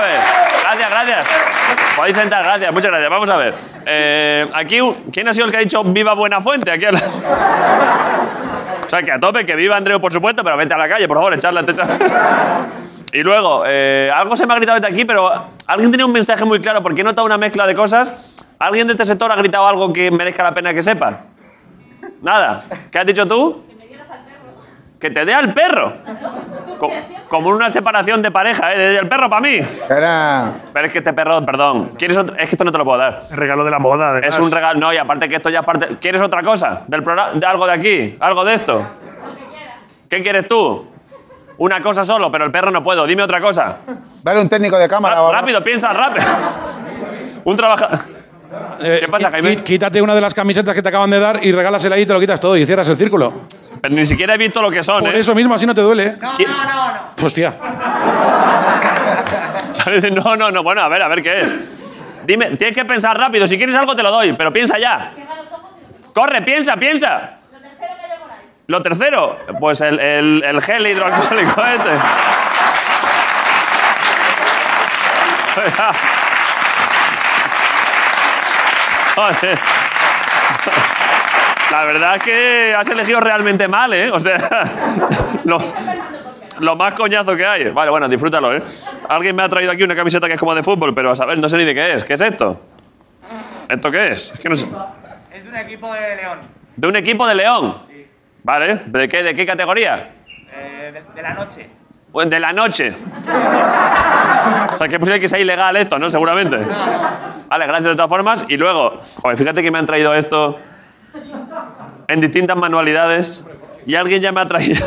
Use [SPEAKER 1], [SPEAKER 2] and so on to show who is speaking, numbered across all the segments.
[SPEAKER 1] eh,
[SPEAKER 2] gracias. Podéis sentar, gracias, muchas gracias. Vamos a ver. Eh, aquí, ¿quién ha sido el que ha dicho viva Buena Fuente? Aquí al lado. O sea, que a tope, que viva Andreu, por supuesto, pero vete a la calle, por favor, echarla. Y luego, eh, algo se me ha gritado desde aquí, pero alguien tenía un mensaje muy claro, porque he notado una mezcla de cosas. ¿Alguien de este sector ha gritado algo que merezca la pena que sepa? Nada. ¿Qué has dicho tú? Que te dé al perro. Co- como una separación de pareja, ¿eh? De- El perro para mí.
[SPEAKER 3] Era.
[SPEAKER 2] Pero es que este perro, perdón. ¿Quieres otro? Es que esto no te lo puedo dar.
[SPEAKER 1] El regalo de la moda, además.
[SPEAKER 2] Es un regalo. No, y aparte que esto ya es parte. ¿Quieres otra cosa? Del programa, de algo de aquí, algo de esto. ¿Qué quieres tú? Una cosa solo, pero el perro no puedo. Dime otra cosa.
[SPEAKER 3] Dale un técnico de cámara.
[SPEAKER 2] Ra-
[SPEAKER 3] ahora.
[SPEAKER 2] rápido, piensa rápido. Un trabajador. ¿Qué pasa, Jaime?
[SPEAKER 4] Qui- Quítate una de las camisetas que te acaban de dar y regálasela ahí y te lo quitas todo y cierras el círculo.
[SPEAKER 2] Pero ni siquiera he visto lo que son,
[SPEAKER 4] Por
[SPEAKER 2] ¿eh?
[SPEAKER 4] eso mismo, así no te duele.
[SPEAKER 2] ¿Qui-
[SPEAKER 4] Hostia.
[SPEAKER 2] No, no, no. Bueno, a ver, a ver qué es. Dime, tienes que pensar rápido. Si quieres algo, te lo doy, pero piensa ya. Corre, piensa, piensa. Lo tercero, pues el, el- el gel hidroalcohólico este. Joder. La verdad es que has elegido realmente mal, ¿eh? O sea, lo, lo más coñazo que hay. Vale, bueno, disfrútalo, ¿eh? Alguien me ha traído aquí una camiseta que es como de fútbol, pero a saber, no sé ni de qué es. ¿Qué es esto? ¿Esto qué es? Es que no sé.
[SPEAKER 5] Es de un equipo de León,
[SPEAKER 2] ¿De un equipo de León? Vale. ¿De qué, de qué categoría?
[SPEAKER 5] eh, de, de la noche.
[SPEAKER 2] Pues de la noche. O sea, que es posible que sea ilegal esto, ¿no? Seguramente. Vale, gracias de todas formas. Y luego, joder, fíjate que me han traído esto en distintas manualidades y alguien ya me ha traído.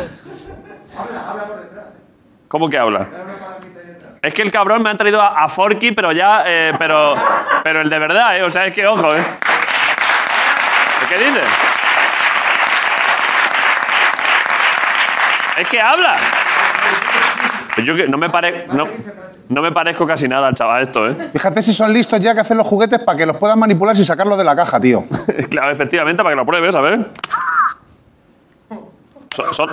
[SPEAKER 2] ¿Cómo que habla? Es que el cabrón me han traído a, a Forky, pero ya, eh, pero, pero el de verdad, ¿eh? O sea, es que ojo, ¿eh? ¿Qué dices? Es que habla. Pues Yo que- no me, pare- no, no me parezco casi nada al chaval esto, ¿eh?
[SPEAKER 3] Fíjate si son listos ya que hacen los juguetes para que los puedan manipular sin sacarlos de la caja, tío.
[SPEAKER 2] Claro, efectivamente, para que lo pruebes, a ver. So- so-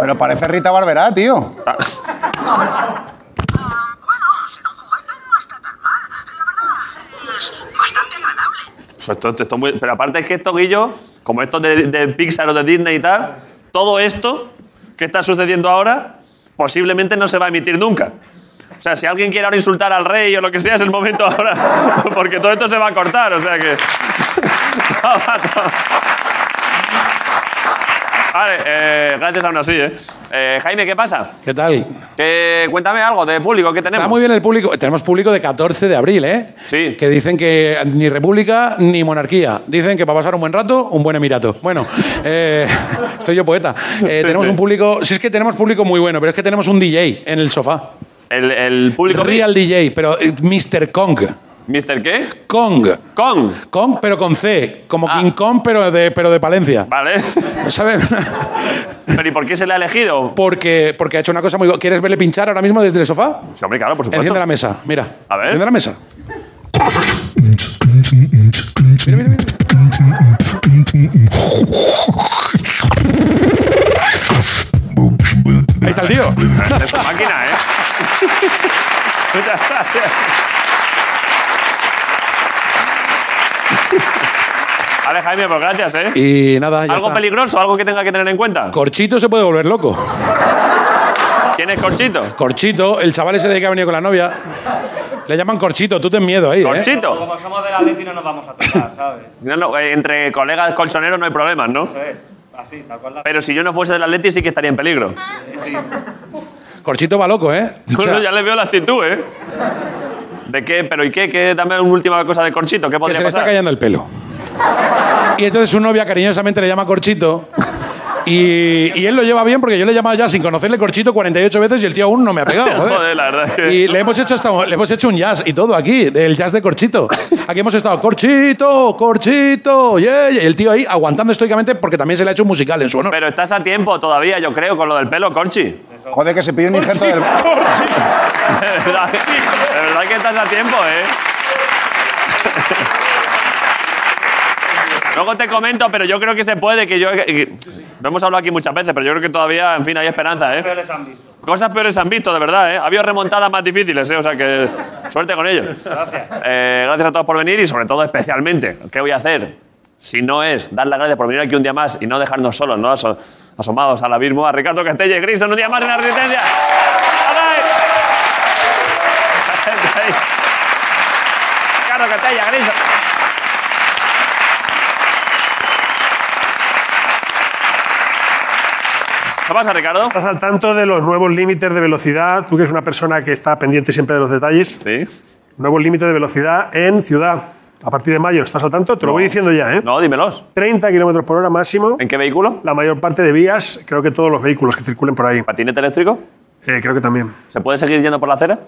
[SPEAKER 3] Pero parece Rita Barberá, tío.
[SPEAKER 2] ah, pues esto- esto- esto muy- pero aparte es que esto, Guillo, como esto de, de Pixar o de Disney y tal, todo esto que está sucediendo ahora posiblemente no se va a emitir nunca. O sea, si alguien quiere ahora insultar al rey o lo que sea, es el momento ahora, porque todo esto se va a cortar, o sea que... Vale, eh, gracias aún así, ¿eh? Eh, Jaime, ¿qué pasa?
[SPEAKER 4] ¿Qué tal?
[SPEAKER 2] Que- cuéntame algo de público que tenemos.
[SPEAKER 4] Está muy bien el público. Tenemos público de 14 de abril, ¿eh?
[SPEAKER 2] Sí.
[SPEAKER 4] Que dicen que ni república ni monarquía. Dicen que para pasar un buen rato, un buen emirato. Bueno, eh, estoy yo poeta. Eh, tenemos un público. Si es que tenemos público muy bueno, pero es que tenemos un DJ en el sofá.
[SPEAKER 2] El, el público...
[SPEAKER 4] Real DJ, pero eh, Mr. Kong.
[SPEAKER 2] ¿Mister qué?
[SPEAKER 4] Kong.
[SPEAKER 2] Kong.
[SPEAKER 4] Kong, pero con C. Como
[SPEAKER 2] Ah.
[SPEAKER 4] King Kong, pero de, pero de Palencia.
[SPEAKER 2] Vale.
[SPEAKER 4] ¿Sabes?
[SPEAKER 2] Pero ¿y por qué se le ha elegido?
[SPEAKER 4] Porque, porque ha hecho una cosa muy. gu- ¿Quieres verle pinchar ahora mismo desde el sofá?
[SPEAKER 2] Sí, hombre, claro, por supuesto.
[SPEAKER 4] Enciende la mesa, mira.
[SPEAKER 2] A ver.
[SPEAKER 4] Enciende la mesa. Ahí está el tío.
[SPEAKER 2] Es una máquina, ¿eh? Muchas gracias. Vale, Jaime, pues gracias, ¿eh?
[SPEAKER 4] Y nada, ya
[SPEAKER 2] ¿Algo
[SPEAKER 4] está.
[SPEAKER 2] peligroso? ¿Algo que tenga que tener en cuenta?
[SPEAKER 4] Corchito se puede volver loco.
[SPEAKER 2] ¿Quién es Corchito?
[SPEAKER 4] Corchito, el chaval ese de que ha venido con la novia. Le llaman Corchito, tú ten miedo ahí. ¿eh?
[SPEAKER 2] ¿Corchito?
[SPEAKER 5] Como somos del Atleti no nos vamos a tocar, ¿sabes?
[SPEAKER 2] No, no, eh, entre colegas colchoneros no hay problemas, ¿no?
[SPEAKER 5] Eso es, así, tal cual la...
[SPEAKER 2] Pero si yo no fuese del Atleti sí que estaría en peligro.
[SPEAKER 5] Sí,
[SPEAKER 4] Corchito va loco, ¿eh? O sea,
[SPEAKER 2] Bueno, ya le veo la actitud, ¿eh? ¿De qué? ¿Pero y qué? ¿Qué? Dame una última cosa de Corchito. ¿Qué
[SPEAKER 4] que
[SPEAKER 2] podría
[SPEAKER 4] se le está
[SPEAKER 2] pasar?
[SPEAKER 4] cayendo el pelo. Y entonces su novia cariñosamente le llama Corchito. Y, y él lo lleva bien porque yo le he llamado ya sin conocerle Corchito 48 veces y el tío aún no me ha pegado. joder.
[SPEAKER 2] Joder, la verdad es que-
[SPEAKER 4] Y le hemos, hecho hasta- le hemos hecho un jazz y todo aquí, del jazz de Corchito. Aquí hemos estado Corchito, Corchito, yeah, yeah. Y el tío ahí aguantando estoicamente porque también se le ha hecho un musical en su honor.
[SPEAKER 2] Pero estás a tiempo todavía, yo creo, con lo del pelo, Corchi.
[SPEAKER 3] Joder, que se pilló un injerto del.
[SPEAKER 2] De verdad, de verdad que estás a tiempo, ¿eh? Luego te comento, pero yo creo que se puede, que yo... que- lo hemos hablado aquí muchas veces, pero yo creo que todavía, en fin, hay esperanza, ¿eh?
[SPEAKER 6] peores han visto.
[SPEAKER 2] Cosas peores han visto, de verdad, ¿eh? Ha habido remontadas más difíciles, ¿eh? O sea que suerte con ellos. Gracias. gracias a todos por venir y sobre todo, especialmente, ¿qué voy a hacer? Si no es dar las gracias por venir aquí un día más y no dejarnos solos, ¿no? Aso- asomados al abismo, a Ricardo Castella y Grison, un día más en la Resistencia. ¡Alay! Ricardo Castella, Grison. ¿Qué pasa, Ricardo?
[SPEAKER 7] ¿Estás al tanto de los nuevos límites de velocidad? Tú que eres una persona que está pendiente siempre de los detalles.
[SPEAKER 2] Sí.
[SPEAKER 7] Nuevos límites de velocidad en ciudad. A partir de mayo, ¿estás al tanto? Te lo voy diciendo ya, ¿eh?
[SPEAKER 2] No, dímelos.
[SPEAKER 7] 30 kilómetros por hora máximo.
[SPEAKER 2] ¿En qué vehículo?
[SPEAKER 7] La mayor parte de vías, creo que todos los vehículos que circulen por ahí.
[SPEAKER 2] ¿Patinete eléctrico?
[SPEAKER 7] Eh, creo que también.
[SPEAKER 2] ¿Se puede seguir yendo por la acera?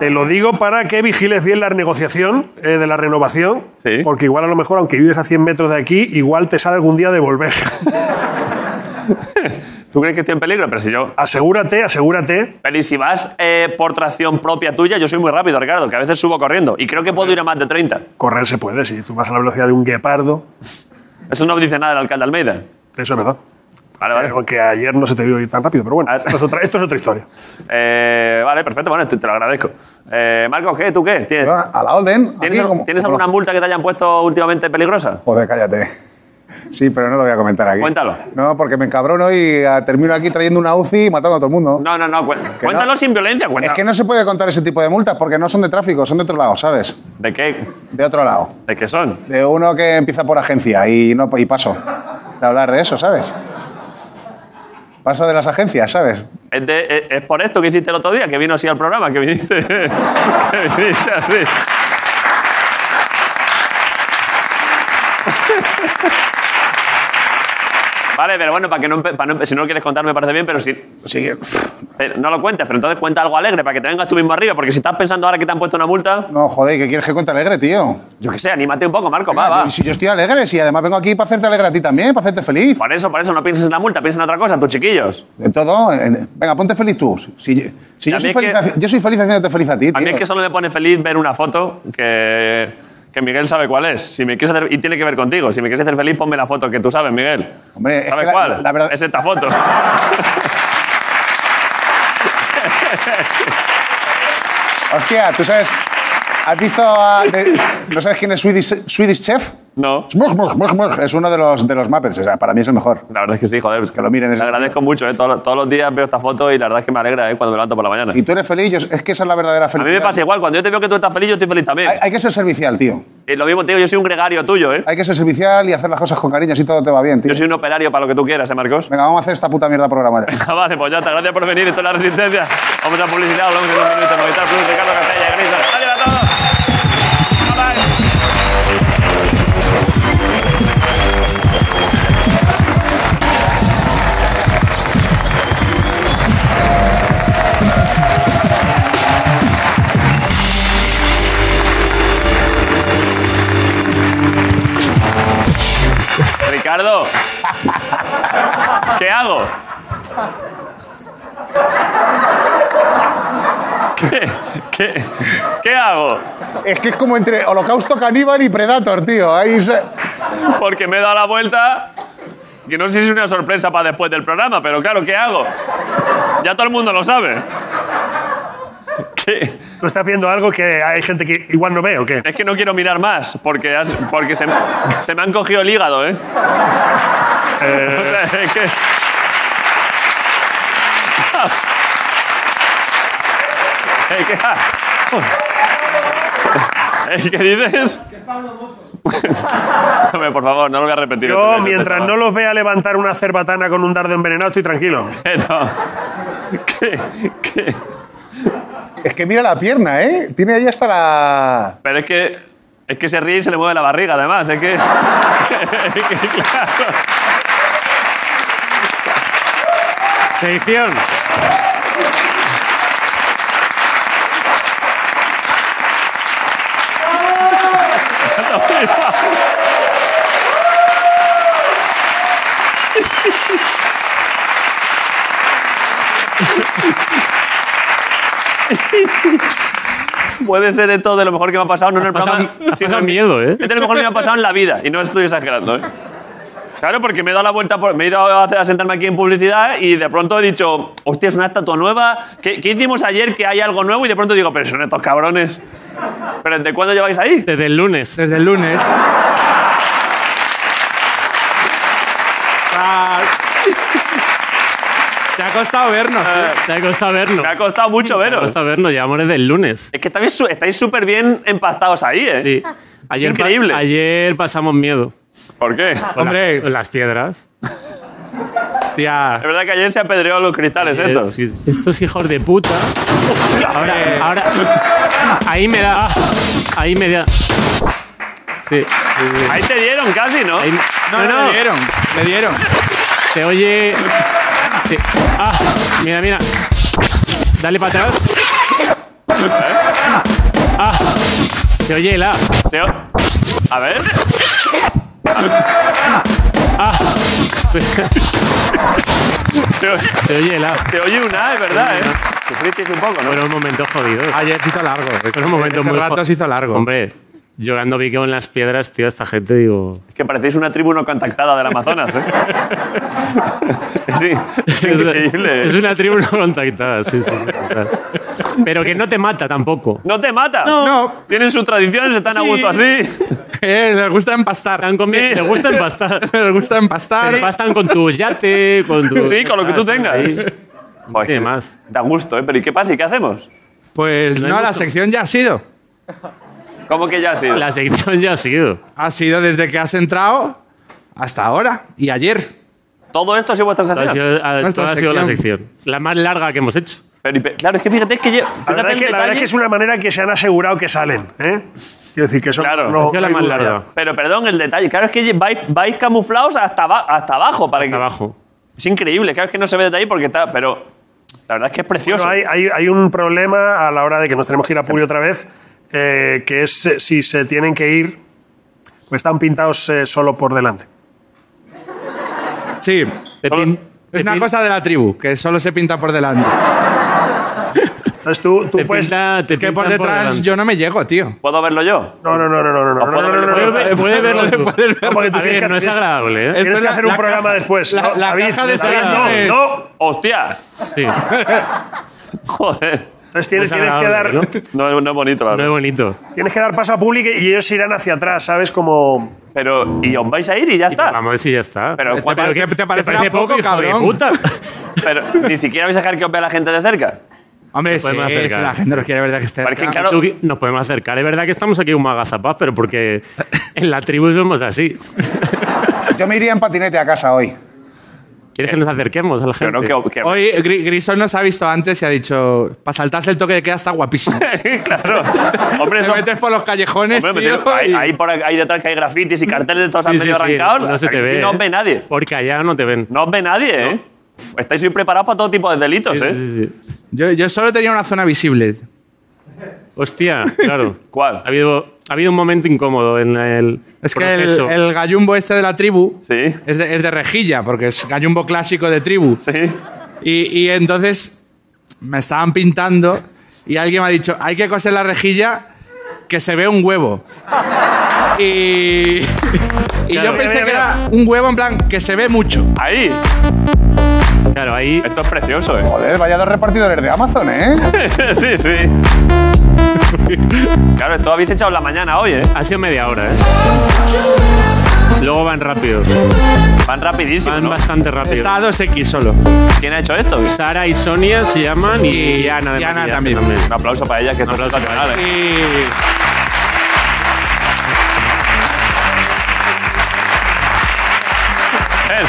[SPEAKER 7] Te lo digo para que vigiles bien la negociación eh, de la renovación.
[SPEAKER 2] Sí.
[SPEAKER 7] Porque igual a lo mejor, aunque vives a 100 metros de aquí, igual te sale algún día de volver.
[SPEAKER 2] ¿Tú crees que estoy en peligro? Pero si yo...
[SPEAKER 7] asegúrate, asegúrate.
[SPEAKER 2] Pero y si vas eh, por tracción propia tuya, yo soy muy rápido, Ricardo, que a veces subo corriendo. Y creo que puedo ir a más de 30.
[SPEAKER 7] Correr se puede, si tú vas a la velocidad de un guepardo.
[SPEAKER 2] Eso no dice nada el alcalde Almeida.
[SPEAKER 7] Eso es verdad.
[SPEAKER 2] Vale, vale.
[SPEAKER 7] Aunque ayer no se te vio ir tan rápido, pero bueno,
[SPEAKER 2] Ah,
[SPEAKER 7] esto es otra, esto es otra historia.
[SPEAKER 2] Eh, vale, perfecto. Bueno, te, te lo agradezco. Eh, Marcos, ¿qué? ¿Tú qué? ¿Tienes,
[SPEAKER 3] Pero a la Olden.
[SPEAKER 2] ¿tienes,
[SPEAKER 3] aquí,
[SPEAKER 2] al-
[SPEAKER 3] Ah, como-
[SPEAKER 2] tienes
[SPEAKER 3] como
[SPEAKER 2] alguna
[SPEAKER 3] los-
[SPEAKER 2] multa que te hayan puesto últimamente peligrosa?
[SPEAKER 3] Joder, cállate. Sí, pero no lo voy a comentar aquí.
[SPEAKER 2] Cuéntalo.
[SPEAKER 3] No, porque me encabrono y ah, termino aquí trayendo una UCI y matando a todo el mundo.
[SPEAKER 2] No, no, no. cu-
[SPEAKER 3] Que
[SPEAKER 2] cuéntalo
[SPEAKER 3] no.
[SPEAKER 2] sin violencia. Cuéntalo.
[SPEAKER 3] Es que no se puede contar ese tipo de multas porque no son de tráfico, son de otro lado, ¿sabes?
[SPEAKER 2] ¿De, qué,
[SPEAKER 3] De otro lado.
[SPEAKER 2] ¿De qué son?
[SPEAKER 3] De uno que empieza por agencia y, no, y paso de hablar de eso, ¿sabes? Paso de las agencias, ¿sabes?
[SPEAKER 2] ¿Es, de- es- es por esto que hiciste el otro día, que vino así al programa, que viniste, que viniste así. Vale, pero bueno, para que no, empe- para no empe- si no lo quieres contar me parece bien, pero si
[SPEAKER 3] Sí,
[SPEAKER 2] pero no lo cuentes, pero entonces cuenta algo alegre para que te vengas tú mismo arriba, porque si estás pensando ahora que te han puesto una multa,
[SPEAKER 3] no, joder, ¿qué quieres que cuente alegre, tío?
[SPEAKER 2] yo qué sé, anímate un poco, Marco, va,
[SPEAKER 3] Venga,
[SPEAKER 2] va.
[SPEAKER 3] yo- Si yo estoy alegre, si además vengo aquí para hacerte alegre a ti también, para hacerte feliz.
[SPEAKER 2] Por eso, por eso no pienses en la multa, piensa en otra cosa, tus chiquillos.
[SPEAKER 3] De todo. en- Venga, ponte feliz tú. Si, si
[SPEAKER 2] Y a
[SPEAKER 3] yo,
[SPEAKER 2] mí
[SPEAKER 3] soy
[SPEAKER 2] es
[SPEAKER 3] feliz,
[SPEAKER 2] que-
[SPEAKER 3] haci- yo soy feliz haciéndote feliz a ti,
[SPEAKER 2] A mí
[SPEAKER 3] tío.
[SPEAKER 2] es que solo me pone feliz ver una foto que, que Miguel sabe cuál es. Si me quieres hacer, y tiene que ver contigo. Si me quieres hacer feliz, ponme la foto que tú sabes, Miguel.
[SPEAKER 3] Hombre, es
[SPEAKER 2] ¿Sabes
[SPEAKER 3] que la-
[SPEAKER 2] cuál?
[SPEAKER 3] la verdad-
[SPEAKER 2] Es esta foto.
[SPEAKER 3] Hostia, tú sabes. ¿Has visto a. de- ¿No sabes quién es Swedish, Swedish Chef?
[SPEAKER 2] No.
[SPEAKER 3] Smog, smog, smog, smog. Es uno de los, de los Muppets. O sea, para mí es el mejor.
[SPEAKER 2] La verdad es que sí, joder.
[SPEAKER 3] Que lo miren,
[SPEAKER 2] Te
[SPEAKER 3] ese
[SPEAKER 2] agradezco mucho, ¿eh? Todos, todos los días veo esta foto y la verdad es que me alegra, ¿eh? Cuando me levanto por la mañana.
[SPEAKER 3] Si tú eres feliz, yo- es que esa es la verdadera
[SPEAKER 2] A
[SPEAKER 3] felicidad.
[SPEAKER 2] mí me pasa igual. Cuando yo te veo que tú estás feliz, yo estoy feliz también.
[SPEAKER 3] Hay, hay que ser servicial, tío.
[SPEAKER 2] Y lo mismo, tío, yo soy un gregario tuyo, ¿eh?
[SPEAKER 3] Hay que ser servicial y hacer las cosas con cariño, así todo te va bien, tío.
[SPEAKER 2] Yo soy un operario para lo que tú quieras, ¿eh, Marcos?
[SPEAKER 3] Venga, vamos a hacer esta puta mierda programada.
[SPEAKER 2] Ah, vale, pues ya está. Gracias por venir. Esto es La Resistencia. Vamos a publicidad. Hablamos en un minuto. Movistar Plus, Ricardo Castella, Grisa. ¡Gracias a todos! Bye, bye. Ricardo, ¿qué hago? ¿Qué, qué, qué hago?
[SPEAKER 3] Es que es como entre Holocausto Caníbal y Predator, tío. Ahí se-
[SPEAKER 2] Porque me he dado la vuelta. Que no sé si es una sorpresa para después del programa, pero claro, ¿qué hago? Ya todo el mundo lo sabe. ¿Qué?
[SPEAKER 7] ¿Tú estás viendo algo que hay gente que igual no ve o qué?
[SPEAKER 2] Es que no quiero mirar más, porque, has- porque se, se me han cogido el hígado, ¿eh?
[SPEAKER 7] Eh.
[SPEAKER 2] O sea, es que... Es que... ¿Es que dices? Hombre, por favor, no lo voy a repetir.
[SPEAKER 7] Yo,
[SPEAKER 2] Este
[SPEAKER 7] mientras
[SPEAKER 2] chaval.
[SPEAKER 7] no los vea levantar una cerbatana con un dardo envenenado, estoy tranquilo.
[SPEAKER 2] Pero... ¿Qué? ¿Qué?
[SPEAKER 3] Es que mira la pierna, ¿eh? Tiene ahí hasta la.
[SPEAKER 2] Pero es que, es que se ríe y se le mueve la barriga, además. Es que. es que, claro.
[SPEAKER 7] Edición.
[SPEAKER 2] Puede ser esto de lo mejor que me ha pasado, no en el
[SPEAKER 1] pasado-
[SPEAKER 2] programa.
[SPEAKER 1] has
[SPEAKER 2] sino
[SPEAKER 1] pasado
[SPEAKER 2] en-
[SPEAKER 1] miedo, ¿eh?
[SPEAKER 2] Es de lo mejor que me ha pasado en la vida, y no estoy exagerando, ¿eh? Claro, porque me he dado la vuelta, por- me he ido a, hacer- a sentarme aquí en publicidad y de pronto he dicho, hostia, es una estatua nueva. ¿Qué, qué hicimos ayer que hay algo nuevo? Y de pronto digo, pero son estos cabrones. ¿Pero desde cuándo lleváis ahí?
[SPEAKER 1] Desde el lunes.
[SPEAKER 4] Desde el lunes.
[SPEAKER 1] Ah.
[SPEAKER 8] Te ha costado vernos. ¿eh?
[SPEAKER 1] Ah. Te ha costado vernos.
[SPEAKER 2] Me ha costado mucho
[SPEAKER 1] Te ha
[SPEAKER 2] veros.
[SPEAKER 1] costado vernos, llevamos desde el lunes.
[SPEAKER 2] Es que estáis su- estáis súper bien empastados ahí, ¿eh?
[SPEAKER 1] Sí. Ayer, pa-
[SPEAKER 2] increíble.
[SPEAKER 1] ayer pasamos miedo.
[SPEAKER 2] ¿Por qué?
[SPEAKER 1] Con la-
[SPEAKER 8] Hombre.
[SPEAKER 1] con las piedras.
[SPEAKER 2] Es verdad que ayer se apedreó los cristales
[SPEAKER 1] Eh,
[SPEAKER 2] estos.
[SPEAKER 1] sí, estos hijos de puta. Ahora, ahora. Ahí me da. Ahí me da. Sí. sí, sí.
[SPEAKER 2] Ahí te dieron casi, ¿no?
[SPEAKER 1] Ahí-
[SPEAKER 8] No, no, le dieron. Le dieron.
[SPEAKER 1] Se oye. Sí. Ah, mira, mira. Dale para atrás. Ah, se oye el A.
[SPEAKER 2] Se- A ver. Se, o-
[SPEAKER 1] Se oye el A.
[SPEAKER 2] se oye una, es verdad, ¿eh? Sufristeis un poco, ¿no?
[SPEAKER 1] Fueron momentos jodidos.
[SPEAKER 4] Ayer Ah, se hizo largo.
[SPEAKER 1] Fueron momentos
[SPEAKER 4] Ese
[SPEAKER 1] muy
[SPEAKER 4] rato
[SPEAKER 1] jodidos.
[SPEAKER 4] se hizo largo.
[SPEAKER 1] Hombre, yo dando biqueo en las piedras, tío, esta gente, digo.
[SPEAKER 2] Es que parecéis una tribu no contactada del Amazonas, ¿eh? Sí, es increíble.
[SPEAKER 1] Es
[SPEAKER 2] ¿eh?
[SPEAKER 1] una tribu no contactada, sí, sí. sí, claro. Pero que no te mata tampoco.
[SPEAKER 2] No te mata.
[SPEAKER 4] No,
[SPEAKER 2] Tienen sus tradiciones, están a gusto así.
[SPEAKER 4] eh, les gusta empastar.
[SPEAKER 1] Están comiendo,
[SPEAKER 2] Sí.
[SPEAKER 1] Te gusta empastar.
[SPEAKER 4] Les gusta empastar.
[SPEAKER 1] Se empastan con tu yate, con tu.
[SPEAKER 2] Sí, con lo que tú tengas.
[SPEAKER 1] Ahí.
[SPEAKER 2] Joder,
[SPEAKER 1] ¿Qué más?
[SPEAKER 2] Da gusto, ¿eh? Pero ¿y qué pasa? ¿Y qué hacemos?
[SPEAKER 4] Pues
[SPEAKER 1] No hay
[SPEAKER 4] no, la
[SPEAKER 1] mucho.
[SPEAKER 4] sección ya ha sido.
[SPEAKER 2] ¿Cómo que ya ha sido?
[SPEAKER 1] La sección ya ha sido.
[SPEAKER 4] Ha sido desde que has entrado hasta ahora y ayer.
[SPEAKER 2] Todo esto ha sido vuestra
[SPEAKER 1] Ha
[SPEAKER 2] sensación.
[SPEAKER 1] sido, ha-
[SPEAKER 4] Nuestra
[SPEAKER 1] toda ha sido la sección. La más larga que hemos hecho.
[SPEAKER 2] Pero, y pe- claro, es que fíjate, es que lle-
[SPEAKER 7] La
[SPEAKER 2] fíjate
[SPEAKER 7] verdad,
[SPEAKER 2] el
[SPEAKER 7] es que, la verdad
[SPEAKER 2] detalle.
[SPEAKER 7] es que es una manera que se han asegurado que salen. ¿eh? Quiero decir que eso
[SPEAKER 2] Claro,
[SPEAKER 7] no,
[SPEAKER 1] Ha sido la
[SPEAKER 7] no
[SPEAKER 1] más
[SPEAKER 7] hay duda
[SPEAKER 1] larga.
[SPEAKER 2] Pero perdón, el detalle. Claro, es que lle- vais, vais camuflados hasta, aba- hasta abajo. Para que...
[SPEAKER 1] Abajo.
[SPEAKER 2] Es increíble, claro, es que no se ve detalle porque está. Pero la verdad es que es
[SPEAKER 7] Bueno,
[SPEAKER 2] precioso.
[SPEAKER 7] hay, hay- hay un problema a la hora de que nos tenemos que ir a Puri otra vez, eh, que es eh, si se tienen que ir, pues están pintados eh, solo por delante.
[SPEAKER 4] Sí.
[SPEAKER 1] Te pin-
[SPEAKER 4] Es
[SPEAKER 1] te
[SPEAKER 4] una
[SPEAKER 1] pin-
[SPEAKER 4] cosa de la tribu, que solo se pinta por delante.
[SPEAKER 7] Entonces tú, tú
[SPEAKER 1] te
[SPEAKER 7] puedes...
[SPEAKER 1] pinta- te
[SPEAKER 4] Es que por
[SPEAKER 1] pintan
[SPEAKER 4] detrás
[SPEAKER 1] delante.
[SPEAKER 4] yo no me llego, tío.
[SPEAKER 2] ¿Puedo verlo yo?
[SPEAKER 7] No, no, no, no, no, no, no,
[SPEAKER 2] ¿O puedo
[SPEAKER 7] no, no,
[SPEAKER 2] verlo?
[SPEAKER 7] no,
[SPEAKER 1] Puedes
[SPEAKER 7] no,
[SPEAKER 1] ver- puedes verlo tú.
[SPEAKER 7] no, porque tú
[SPEAKER 1] A
[SPEAKER 7] tienes
[SPEAKER 1] ver,
[SPEAKER 7] que-
[SPEAKER 1] no es
[SPEAKER 7] tienes-
[SPEAKER 1] agradable, ¿eh?
[SPEAKER 7] Tienes
[SPEAKER 4] Esto
[SPEAKER 7] que
[SPEAKER 4] es la-
[SPEAKER 7] hacer un
[SPEAKER 4] la
[SPEAKER 7] programa
[SPEAKER 4] caja-
[SPEAKER 7] después.
[SPEAKER 4] la-
[SPEAKER 7] No,
[SPEAKER 4] la
[SPEAKER 7] David,
[SPEAKER 4] caja de
[SPEAKER 7] David,
[SPEAKER 4] señales.
[SPEAKER 7] No, no.
[SPEAKER 2] ¡Hostia!
[SPEAKER 1] Sí.
[SPEAKER 2] Joder.
[SPEAKER 7] Entonces tienes,
[SPEAKER 1] No es
[SPEAKER 7] tienes que dar,
[SPEAKER 1] agradable,
[SPEAKER 2] No, no es bonito, la
[SPEAKER 1] Pues No es
[SPEAKER 2] verdad.
[SPEAKER 1] bonito.
[SPEAKER 7] tienes que dar paso a público y ellos se irán hacia atrás, ¿sabes? Como...
[SPEAKER 2] Pero, ¿y os vais a ir y ya está?
[SPEAKER 1] Vamos a ver si ya está. Este,
[SPEAKER 2] Pero,
[SPEAKER 1] ¿Te
[SPEAKER 2] ¿cuál-
[SPEAKER 1] pare-
[SPEAKER 4] ¿qué- te parecerá poco,
[SPEAKER 1] hijo
[SPEAKER 4] cabrón?
[SPEAKER 1] de puta?
[SPEAKER 2] Pero ni siquiera vais a dejar que os vea la gente de cerca.
[SPEAKER 4] Hombre,
[SPEAKER 1] Nos
[SPEAKER 4] sí,
[SPEAKER 1] podemos
[SPEAKER 4] sí,
[SPEAKER 1] acercar.
[SPEAKER 4] la gente nos quiere ver de que esté.
[SPEAKER 2] Pero es que,
[SPEAKER 4] cerca.
[SPEAKER 2] claro,
[SPEAKER 1] Tú, nos podemos acercar. Es verdad que estamos aquí un magazapaz, pero porque en la tribu somos así.
[SPEAKER 3] Yo me iría en patinete a casa hoy.
[SPEAKER 1] ¿Quieres que nos acerquemos a la
[SPEAKER 2] pero
[SPEAKER 1] gente?
[SPEAKER 2] no que. que-
[SPEAKER 4] Hoy Gri- Grisón nos ha visto antes y ha dicho, para saltarse el toque de queda está guapísimo.
[SPEAKER 2] claro. Hombre,
[SPEAKER 4] Te
[SPEAKER 2] eso.
[SPEAKER 4] metes por los callejones,
[SPEAKER 2] Hombre, me
[SPEAKER 4] tío,
[SPEAKER 2] tengo- ahí,
[SPEAKER 4] y-
[SPEAKER 2] ahí por ahí, ahí detrás que hay grafitis y carteles de todos
[SPEAKER 1] Sí,
[SPEAKER 2] han
[SPEAKER 1] sí,
[SPEAKER 2] medio
[SPEAKER 1] sí.
[SPEAKER 2] arrancados.
[SPEAKER 1] No se te
[SPEAKER 2] Aquí
[SPEAKER 1] ve.
[SPEAKER 2] No
[SPEAKER 1] ¿eh?
[SPEAKER 2] os ve nadie.
[SPEAKER 1] Porque allá no te ven.
[SPEAKER 2] No os ve nadie, ¿eh? Estáis hoy preparados para todo tipo de delitos, ¿eh?
[SPEAKER 1] Sí, sí, sí.
[SPEAKER 4] yo, yo solo tenía una zona visible.
[SPEAKER 1] Hostia, claro.
[SPEAKER 2] ¿Cuál?
[SPEAKER 1] Ha habido, ha habido un momento incómodo en el
[SPEAKER 4] Es que el,
[SPEAKER 1] proceso.
[SPEAKER 4] el gallumbo este de la tribu
[SPEAKER 2] Sí.
[SPEAKER 4] es, de, es de rejilla, porque es gallumbo clásico de tribu.
[SPEAKER 2] Sí.
[SPEAKER 4] Y, y entonces me estaban pintando y alguien me ha dicho, hay que coser la rejilla que se ve un huevo. Y, y
[SPEAKER 2] Claro.
[SPEAKER 4] yo pensé que era un huevo en plan que se ve mucho.
[SPEAKER 2] Ahí.
[SPEAKER 1] Claro, ahí...
[SPEAKER 2] Esto es precioso, ¿eh?
[SPEAKER 3] Joder, vaya dos repartidores de Amazon, ¿eh?
[SPEAKER 2] sí, sí. Claro, esto habéis echado la mañana hoy, ¿eh?
[SPEAKER 1] Ha sido media hora, ¿eh? Luego van rápido.
[SPEAKER 2] Van rapidísimo,
[SPEAKER 1] Van
[SPEAKER 2] ¿no?
[SPEAKER 1] bastante rápido.
[SPEAKER 4] Está a 2X solo.
[SPEAKER 2] ¿Quién ha hecho esto? Un
[SPEAKER 1] Sara y Sonia se llaman y, Ana de
[SPEAKER 4] y Ana
[SPEAKER 1] maquillaje
[SPEAKER 4] también.
[SPEAKER 2] aplauso para ellas, que esto es sensacional, ¿eh?
[SPEAKER 4] Y
[SPEAKER 2] Pero...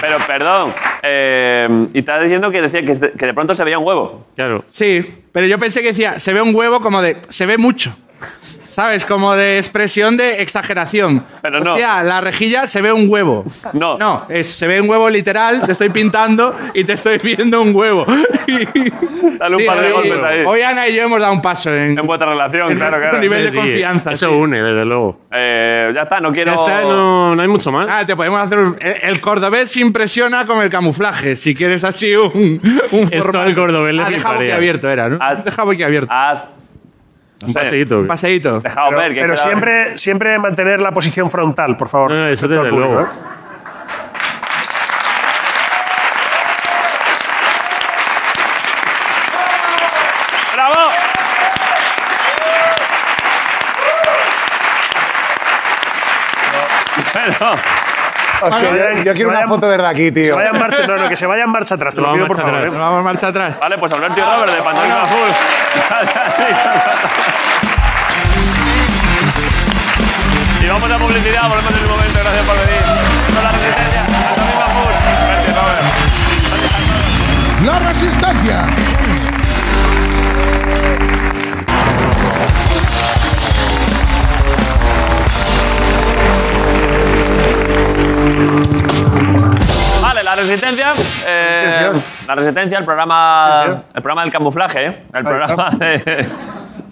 [SPEAKER 2] Pero, perdón. eh, y estás diciendo que decía que, se- que de pronto se veía un huevo.
[SPEAKER 1] Claro.
[SPEAKER 4] sí, pero yo pensé que decía, se ve un huevo como de, se ve mucho. ¿sabes? Como de expresión de exageración.
[SPEAKER 2] Pero no.
[SPEAKER 4] Hostia, la rejilla se ve un huevo.
[SPEAKER 2] No.
[SPEAKER 4] No, es- se ve un huevo literal, te estoy pintando y te estoy viendo un huevo.
[SPEAKER 2] Dale un par de
[SPEAKER 4] hoy-
[SPEAKER 2] golpes ahí.
[SPEAKER 4] Hoy Ana y yo hemos dado un paso en,
[SPEAKER 2] En vuestra relación,
[SPEAKER 4] en
[SPEAKER 2] claro,
[SPEAKER 4] nuestro
[SPEAKER 2] claro.
[SPEAKER 4] nivel de
[SPEAKER 1] Sí,
[SPEAKER 4] confianza.
[SPEAKER 1] Eso
[SPEAKER 4] sí.
[SPEAKER 1] une, desde luego.
[SPEAKER 2] Eh, ya está, no quiero.
[SPEAKER 1] Ya está, no, no hay mucho más.
[SPEAKER 4] Ah, te podemos hacer un- el, el cordobés impresiona con el camuflaje. Si quieres así un, un
[SPEAKER 1] Esto
[SPEAKER 4] formato.
[SPEAKER 1] al cordobés le
[SPEAKER 4] ah, deja
[SPEAKER 1] fliparía.
[SPEAKER 4] abierto era, ¿no?
[SPEAKER 2] Ah.
[SPEAKER 4] Deja boquiabierto.
[SPEAKER 2] Haz. no
[SPEAKER 1] un
[SPEAKER 2] sé,
[SPEAKER 1] paseíto.
[SPEAKER 4] Un paseíto.
[SPEAKER 2] Dejaos
[SPEAKER 7] Pero,
[SPEAKER 2] ver. Ah, que
[SPEAKER 7] pero
[SPEAKER 2] espera-
[SPEAKER 7] siempre, siempre mantener la posición frontal, por favor.
[SPEAKER 1] No, no, eso
[SPEAKER 7] respecto al
[SPEAKER 1] desde
[SPEAKER 7] público,
[SPEAKER 1] luego.
[SPEAKER 7] ¿eh?
[SPEAKER 2] ¡Bravo! Bueno,
[SPEAKER 3] O sea, yo, yo
[SPEAKER 7] Vale. Que se
[SPEAKER 3] quiero una
[SPEAKER 7] vayan-
[SPEAKER 3] foto desde aquí,
[SPEAKER 7] Que se
[SPEAKER 3] tío.
[SPEAKER 7] vaya en marcha, no, no, que se vaya en marcha atrás, te lo
[SPEAKER 1] No,
[SPEAKER 7] pido por
[SPEAKER 1] marcha
[SPEAKER 7] favor.
[SPEAKER 1] atrás.
[SPEAKER 7] ¿eh?
[SPEAKER 4] Nos vamos marcha atrás.
[SPEAKER 2] vale, pues Alberto y Robert de Pantalón Azul. Y vamos a publicidad, volvemos en un momento, gracias por venir. Con la resistencia, Pantalón Azul. Alberto y Robert.
[SPEAKER 9] La resistencia.
[SPEAKER 2] Vale, la resistencia. eh, la resistencia, el programa. El programa del camuflaje, ¿eh? El programa de,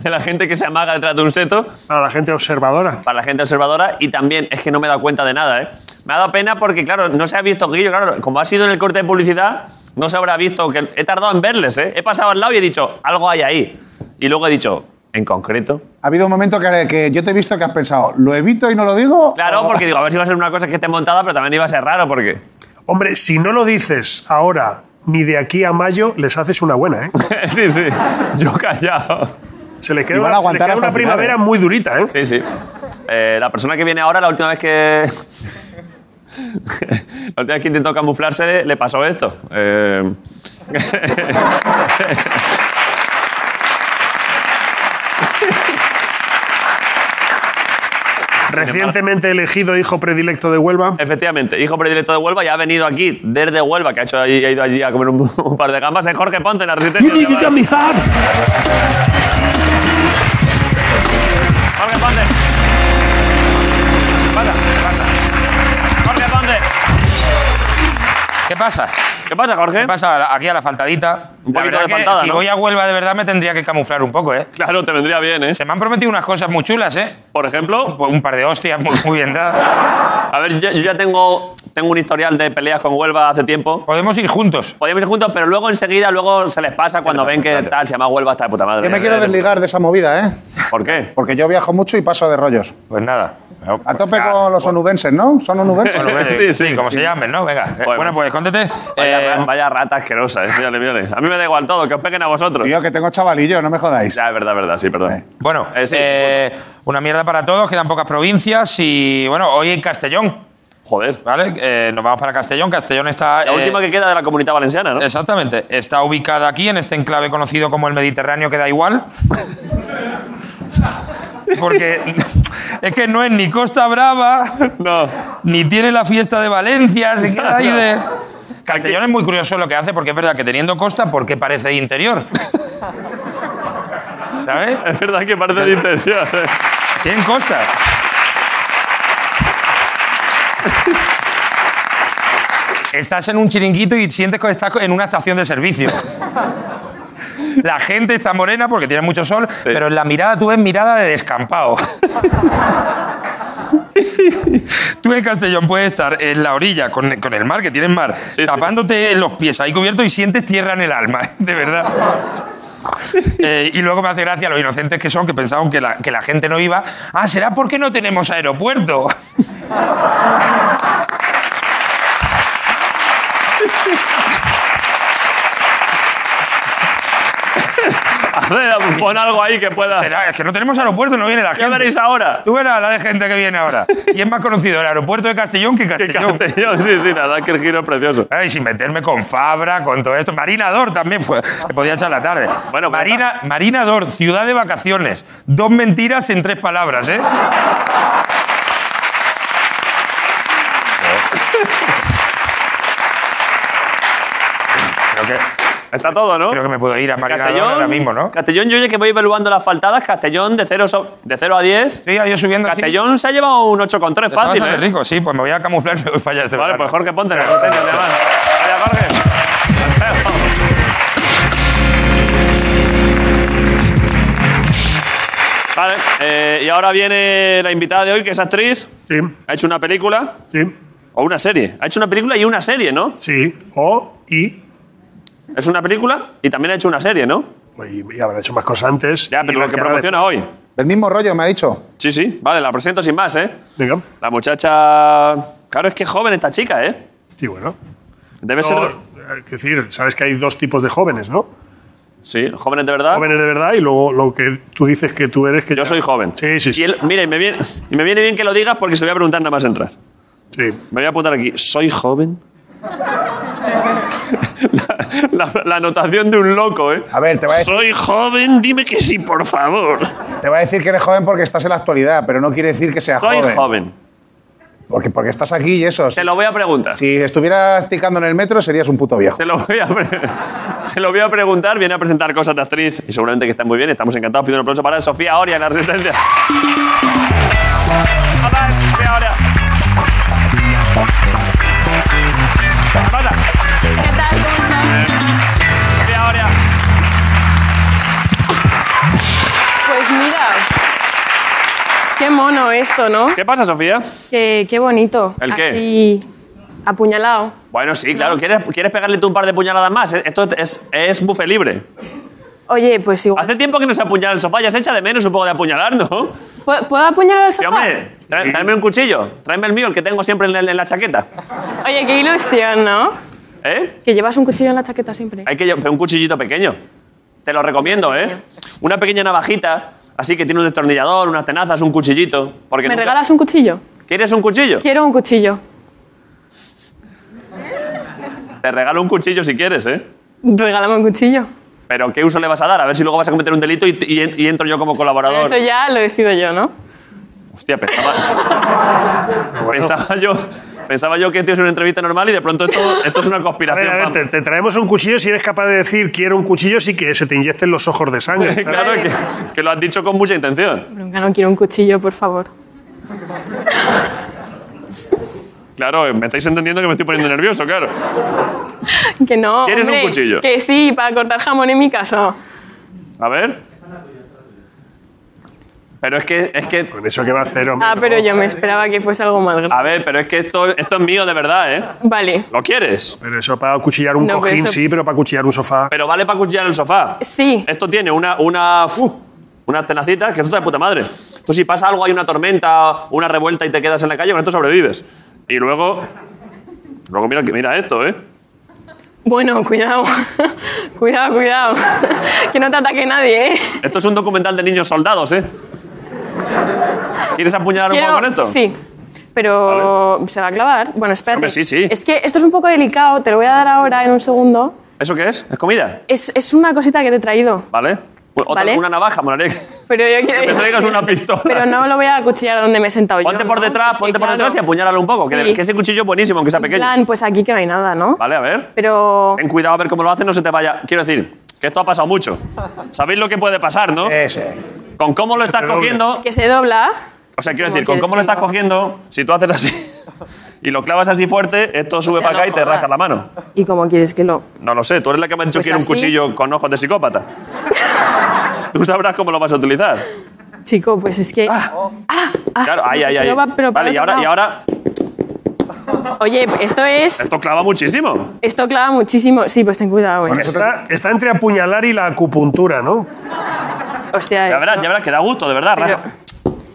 [SPEAKER 2] de la gente que se amaga detrás de un seto.
[SPEAKER 7] Para ¿eh? la gente observadora.
[SPEAKER 2] Para la gente observadora. Y también, es que no me he dado cuenta de nada, ¿eh? Me ha dado pena porque, claro, no se ha visto Guillo. Claro, como ha sido en el corte de publicidad, no se habrá visto. que He tardado en verles, ¿eh? He pasado al lado y he dicho, algo hay ahí. Y luego he dicho, en concreto.
[SPEAKER 3] Ha habido un momento que, que yo te he visto que has pensado, ¿lo evito y no lo digo?
[SPEAKER 2] Claro,
[SPEAKER 3] O-
[SPEAKER 2] porque digo, a ver si va a ser una cosa que esté montada, pero también iba a ser raro porque.
[SPEAKER 7] Hombre, si no lo dices ahora ni de aquí a mayo, les haces una buena, ¿eh?
[SPEAKER 2] sí, sí. Yo callado.
[SPEAKER 7] Se le
[SPEAKER 3] Y
[SPEAKER 7] queda
[SPEAKER 3] van a
[SPEAKER 7] una, se le
[SPEAKER 3] aguantar
[SPEAKER 7] queda
[SPEAKER 3] hasta
[SPEAKER 7] una
[SPEAKER 3] el final,
[SPEAKER 7] primavera
[SPEAKER 3] ¿eh?
[SPEAKER 7] muy durita, ¿eh?
[SPEAKER 2] Sí, sí. Eh, la persona que viene ahora, la última vez que. la última vez que intentó camuflarse, le, le pasó esto. Eh,
[SPEAKER 7] Recientemente elegido hijo predilecto de Huelva.
[SPEAKER 2] efectivamente, hijo predilecto de Huelva, ya ha venido aquí desde Huelva, que ha, hecho, ha ido allí a comer un, un par de gambas. Es Jorge Ponce, en la resistencia. Jorge Ponce. Pasa, pasa. Jorge Ponce.
[SPEAKER 5] ¿Qué pasa?
[SPEAKER 2] ¿Qué pasa, Jorge?
[SPEAKER 5] ¿Qué pasa aquí a la faltadita?
[SPEAKER 2] Un
[SPEAKER 5] La
[SPEAKER 2] poquito
[SPEAKER 5] verdad
[SPEAKER 2] de
[SPEAKER 5] que
[SPEAKER 2] faltada,
[SPEAKER 5] Si
[SPEAKER 2] ¿no?
[SPEAKER 5] voy a Huelva de verdad me tendría que camuflar un poco, ¿eh?
[SPEAKER 2] Claro, te vendría bien, ¿eh?
[SPEAKER 5] Se me han prometido unas cosas muy chulas, ¿eh?
[SPEAKER 2] Por ejemplo,
[SPEAKER 5] Pues un par de hostias muy, muy bien dadas.
[SPEAKER 2] a ver, yo, yo ya tengo, tengo un historial de peleas con Huelva hace tiempo.
[SPEAKER 5] Podemos ir juntos.
[SPEAKER 2] Podíamos ir juntos, pero luego enseguida luego se les pasa cuando ven que tal, se llama Huelva hasta de puta madre.
[SPEAKER 3] Yo me quiero desligar de esa movida, ¿eh?
[SPEAKER 2] ¿Por qué?
[SPEAKER 3] Porque yo viajo mucho y paso de rollos.
[SPEAKER 5] Pues nada.
[SPEAKER 3] A tope
[SPEAKER 5] Ah,
[SPEAKER 3] con los onubenses, ¿no? ¿Son onubenses?
[SPEAKER 5] bueno, pues,
[SPEAKER 2] Sí,
[SPEAKER 5] Sí,
[SPEAKER 2] sí.
[SPEAKER 5] como se llamen, ¿no? Venga. Eh, bueno, pues escóndete.
[SPEAKER 2] Vaya,
[SPEAKER 5] Eh,
[SPEAKER 2] ra- vaya rata asquerosa, eh. Mírale, mírale. A mí me da igual todo, que os peguen a vosotros.
[SPEAKER 3] Yo que tengo chavalillo, no me jodáis.
[SPEAKER 2] Ya, es verdad, es verdad, sí, perdón.
[SPEAKER 3] Eh.
[SPEAKER 5] bueno,
[SPEAKER 2] Eh, sí,
[SPEAKER 5] eh, una mierda para todos, quedan pocas provincias y bueno, hoy en Castellón,
[SPEAKER 2] Joder.
[SPEAKER 5] ¿vale? Eh, nos vamos para Castellón. Castellón está.
[SPEAKER 2] La
[SPEAKER 5] eh,
[SPEAKER 2] última que queda de la comunidad valenciana, ¿no?
[SPEAKER 5] Exactamente. Está ubicada aquí, en este enclave conocido como el Mediterráneo, que da igual. Porque es que no es ni Costa Brava,
[SPEAKER 2] No.
[SPEAKER 5] ni tiene la fiesta de Valencia, se queda ahí de... Castellón es muy curioso lo que hace, porque es verdad que teniendo costa, ¿por qué parece interior? ¿Sabes?
[SPEAKER 2] Es verdad que parte de intención. eh.
[SPEAKER 5] Tienen costa. Estás en un chiringuito y sientes que estás en una estación de servicio. La gente está morena porque tiene mucho sol, pero en la mirada tú ves mirada de descampado. Tú en Castellón puedes estar en la orilla con, con el mar, que tienes mar,
[SPEAKER 2] sí.
[SPEAKER 5] tapándote los pies ahí cubierto y sientes tierra en el alma, de verdad. Eh, y luego me hace gracia los inocentes que son, que pensaban que la, que la gente no iba. Ah, ¿será porque no tenemos aeropuerto?
[SPEAKER 2] A ver, Pon algo ahí que pueda.
[SPEAKER 5] ¿Será? Es que no tenemos aeropuerto, no viene la
[SPEAKER 2] ¿Qué
[SPEAKER 5] gente.
[SPEAKER 2] veréis ahora?
[SPEAKER 5] Tú verás la de gente que viene ahora. Y es más conocido el aeropuerto de Castellón que
[SPEAKER 2] Que
[SPEAKER 5] Castellón.
[SPEAKER 2] Castellón, sí, sí, la verdad que el giro es precioso.
[SPEAKER 5] Ay, sin meterme con Fabra, con todo esto. Marina Dor también fue. que podía echar la tarde.
[SPEAKER 2] Bueno, pues
[SPEAKER 5] Marina, Marina Dor, ciudad de vacaciones. Dos mentiras en tres palabras, ¿eh? Pero que-
[SPEAKER 2] Está todo, ¿no?
[SPEAKER 5] Creo que me puedo ir a Marina
[SPEAKER 2] Castellón,
[SPEAKER 5] ahora mismo, ¿no?
[SPEAKER 2] Castellón, yo ya que voy evaluando las faltadas, Castellón de 0, de cero a 10.
[SPEAKER 5] Sí, yo subiendo. así.
[SPEAKER 2] Castellón se ha llevado un 8,3
[SPEAKER 5] Está
[SPEAKER 2] fácil,
[SPEAKER 5] bastante
[SPEAKER 2] ¿eh?
[SPEAKER 5] rico, sí, pues me voy a camuflar y me voy para allá este
[SPEAKER 2] Vale,
[SPEAKER 5] verano.
[SPEAKER 2] pues Jorge, ponte en el concepto, te van. Vaya, Jorge. Vale, eh, y ahora viene la invitada de hoy, que es actriz.
[SPEAKER 7] Sí,
[SPEAKER 2] Ha hecho una película
[SPEAKER 7] sí,
[SPEAKER 2] o una serie. Ha hecho una película y una serie, ¿no?
[SPEAKER 7] sí. O, y.
[SPEAKER 2] Es una película y también ha hecho una serie, ¿no?
[SPEAKER 7] Y, y habrán hecho más cosas antes.
[SPEAKER 2] Ya,
[SPEAKER 7] Y
[SPEAKER 2] pero
[SPEAKER 7] la
[SPEAKER 2] lo que
[SPEAKER 7] hará
[SPEAKER 2] promociona hoy.
[SPEAKER 3] Del mismo rollo, me ha dicho.
[SPEAKER 2] Sí, sí. Vale, la presento sin más, ¿eh?
[SPEAKER 7] de- Venga.
[SPEAKER 2] La muchacha... Claro, es que es joven esta chica, ¿eh?
[SPEAKER 7] Sí, bueno.
[SPEAKER 2] Debe ser...
[SPEAKER 7] No, eh, es decir, sabes que hay dos tipos de jóvenes, ¿no?
[SPEAKER 2] Sí, jóvenes de verdad.
[SPEAKER 7] Jóvenes de verdad y luego lo que tú dices que tú eres que
[SPEAKER 2] Ah. Yo
[SPEAKER 7] ya-
[SPEAKER 2] soy joven.
[SPEAKER 7] Sí, sí,
[SPEAKER 2] Y
[SPEAKER 7] sí.
[SPEAKER 2] él- mira, y me, viene, y me viene bien que lo digas porque se lo voy a preguntar nada más entrar.
[SPEAKER 7] sí.
[SPEAKER 2] Me voy a apuntar aquí. ¿Soy joven? la, la- la anotación de un loco, ¿eh?
[SPEAKER 3] A ver, te va a,
[SPEAKER 2] Soy joven, dime que sí, por favor.
[SPEAKER 3] te va a decir que eres joven porque estás en la actualidad, pero no quiere decir que seas
[SPEAKER 2] Soy
[SPEAKER 3] joven.
[SPEAKER 2] joven.
[SPEAKER 3] Porque, porque estás aquí y eso.
[SPEAKER 2] Se lo voy a preguntar.
[SPEAKER 3] Si estuvieras picando en el metro, serías un puto viejo.
[SPEAKER 2] Se lo, voy a pre- se lo voy a preguntar, viene a presentar cosas de actriz y seguramente que está muy bien, estamos encantados. Pido un aplauso para Sofía Oria en la resistencia. Hola, Sofía Oria. Hola. Sofía Oria.
[SPEAKER 10] Pues mira, qué mono esto, ¿no?
[SPEAKER 2] ¿Qué pasa, Sofía?
[SPEAKER 10] Qué, qué bonito.
[SPEAKER 2] ¿El qué?
[SPEAKER 10] Así, apuñalado.
[SPEAKER 2] Bueno, sí, claro, ¿quieres, quieres pegarle tú un par de puñaladas más? Esto es, es buffet libre.
[SPEAKER 10] Oye, pues igual.
[SPEAKER 2] Hace tiempo que no se apuñala el sofá, ya se echa de menos un poco de apuñalar, ¿no?
[SPEAKER 10] ¿Puedo, puedo apuñalar al
[SPEAKER 2] Sí,
[SPEAKER 10] sofá?
[SPEAKER 2] hombre, tra- tráeme un cuchillo, tráeme el mío, el que tengo siempre en, el- en la chaqueta.
[SPEAKER 10] Oye, qué ilusión, ¿no?
[SPEAKER 2] ¿Eh?
[SPEAKER 10] Que llevas un cuchillo en la chaqueta siempre.
[SPEAKER 2] Hay que llevar un cuchillito pequeño. Te lo recomiendo, ¿eh? Una pequeña navajita, así que tiene un destornillador, unas tenazas, un cuchillito. Porque
[SPEAKER 10] ¿Me
[SPEAKER 2] nunca-
[SPEAKER 10] regalas un cuchillo?
[SPEAKER 2] ¿Quieres un cuchillo?
[SPEAKER 10] Quiero un cuchillo.
[SPEAKER 2] Te regalo un cuchillo si quieres, ¿eh?
[SPEAKER 10] Regálame un cuchillo.
[SPEAKER 2] Pero ¿qué uso le vas a dar? A ver si luego vas a cometer un delito y, y en- y entro yo como
[SPEAKER 10] Pero
[SPEAKER 2] colaborador.
[SPEAKER 10] eso ya lo decido yo, ¿no?
[SPEAKER 2] Hostia, pensaba... pensaba yo... Pensaba yo que esto es una entrevista normal y de pronto esto, esto es una
[SPEAKER 7] A ver,
[SPEAKER 2] conspiración.
[SPEAKER 7] a ver,
[SPEAKER 2] vamos.
[SPEAKER 7] te, te traemos un cuchillo si eres capaz de decir quiero un cuchillo sí que se te inyecten los ojos de sangre. ¿sabes?
[SPEAKER 2] claro que, que lo has dicho con mucha intención.
[SPEAKER 10] Bronca, no quiero un cuchillo, por favor.
[SPEAKER 2] Claro, me estáis entendiendo que me estoy poniendo nervioso, claro.
[SPEAKER 10] Que no.
[SPEAKER 2] ¿Quieres un
[SPEAKER 10] hombre,
[SPEAKER 2] cuchillo?
[SPEAKER 10] Que sí, para cortar jamón en mi casa.
[SPEAKER 2] A ver. Pero es que, es que
[SPEAKER 7] Con Pues eso que va a hacer, hombre.
[SPEAKER 10] Ah,
[SPEAKER 7] no.
[SPEAKER 10] pero yo me esperaba que fuese algo más grave.
[SPEAKER 2] A ver, pero es que esto, esto es mío de verdad, ¿eh?
[SPEAKER 10] Vale.
[SPEAKER 2] ¿Lo quieres?
[SPEAKER 7] Pero eso para cuchillar un
[SPEAKER 10] No, pero
[SPEAKER 7] cojín
[SPEAKER 10] eso-
[SPEAKER 7] sí, pero para cuchillar un sofá.
[SPEAKER 2] Pero vale para cuchillar el sofá.
[SPEAKER 10] Sí.
[SPEAKER 2] Esto tiene una, una, fu, unas tenacitas, que esto está de puta madre. Esto si pasa algo, hay una tormenta, una revuelta y te quedas en la calle, con esto sobrevives. Y luego... Luego mira, que- mira esto, ¿eh?
[SPEAKER 10] Bueno, cuidado. cuidado, cuidado. que no te ataque nadie, ¿eh?
[SPEAKER 2] Esto es un documental de niños soldados, ¿eh? ¿Quieres apuñalar un
[SPEAKER 10] Quiero-
[SPEAKER 2] poco con esto?
[SPEAKER 10] Sí. Pero oh, se va a clavar. Bueno, espérate.
[SPEAKER 2] Hombre, sí, sí.
[SPEAKER 10] Es que esto es un poco delicado, te lo voy a dar ahora en un segundo.
[SPEAKER 2] ¿Eso qué es? ¿Es comida?
[SPEAKER 10] Es, es una cosita que te he traído.
[SPEAKER 2] ¿Vale? Pues Otra,
[SPEAKER 10] Vale.
[SPEAKER 2] Una navaja, molaría que
[SPEAKER 10] Pero yo quiero.
[SPEAKER 2] que me traigas una pistola.
[SPEAKER 10] Pero no lo voy a cuchillar donde me he sentado yo.
[SPEAKER 2] Ponte por
[SPEAKER 10] ¿no?
[SPEAKER 2] detrás,
[SPEAKER 10] Porque,
[SPEAKER 2] ponte por
[SPEAKER 10] claro,
[SPEAKER 2] detrás y apuñálalo un poco. Que,
[SPEAKER 10] Sí.
[SPEAKER 2] que ese cuchillo es buenísimo, aunque sea
[SPEAKER 10] En
[SPEAKER 2] pequeño.
[SPEAKER 10] plan, pues aquí que no hay nada, ¿no?
[SPEAKER 2] Vale, a ver.
[SPEAKER 10] Pero.
[SPEAKER 2] Ten cuidado a ver cómo lo hacen, no se te vaya. Quiero decir, que esto ha pasado mucho. Sabéis lo que puede pasar, ¿no?
[SPEAKER 3] Ese.
[SPEAKER 2] Con cómo lo estás
[SPEAKER 7] Eh, te dobla.
[SPEAKER 2] cogiendo.
[SPEAKER 10] Que se dobla.
[SPEAKER 2] O sea, quiero
[SPEAKER 10] ¿Cómo
[SPEAKER 2] decir, con cómo
[SPEAKER 10] quieres
[SPEAKER 2] lo
[SPEAKER 10] que lo
[SPEAKER 2] estás
[SPEAKER 10] haga?
[SPEAKER 2] cogiendo, si tú haces así y lo clavas así fuerte, esto sube
[SPEAKER 10] sea,
[SPEAKER 2] para
[SPEAKER 10] no
[SPEAKER 2] acá y te
[SPEAKER 10] jodas.
[SPEAKER 2] rasca la mano.
[SPEAKER 10] ¿Y cómo quieres que lo.?
[SPEAKER 2] No lo sé, tú eres la que me ha dicho
[SPEAKER 10] Pues
[SPEAKER 2] que era un
[SPEAKER 10] así.
[SPEAKER 2] cuchillo con ojos de psicópata. tú sabrás cómo lo vas a utilizar.
[SPEAKER 10] Chico, pues es que. ¡Ah! ¡Ah! ah,
[SPEAKER 2] Claro, ahí,
[SPEAKER 10] que
[SPEAKER 2] ahí,
[SPEAKER 10] se
[SPEAKER 2] ahí.
[SPEAKER 10] dobla, pero para
[SPEAKER 2] Vale, y
[SPEAKER 10] otro
[SPEAKER 2] ahora, y
[SPEAKER 10] lado.
[SPEAKER 2] ahora,
[SPEAKER 10] Oye, esto es.
[SPEAKER 2] esto clava muchísimo.
[SPEAKER 10] Esto clava muchísimo. Sí, pues ten cuidado, eh.
[SPEAKER 7] Está, está entre apuñalar y la acupuntura, ¿no?
[SPEAKER 10] Hostia,
[SPEAKER 2] Ya
[SPEAKER 10] esto-
[SPEAKER 2] verás, ya verás, que da gusto, de verdad. raja.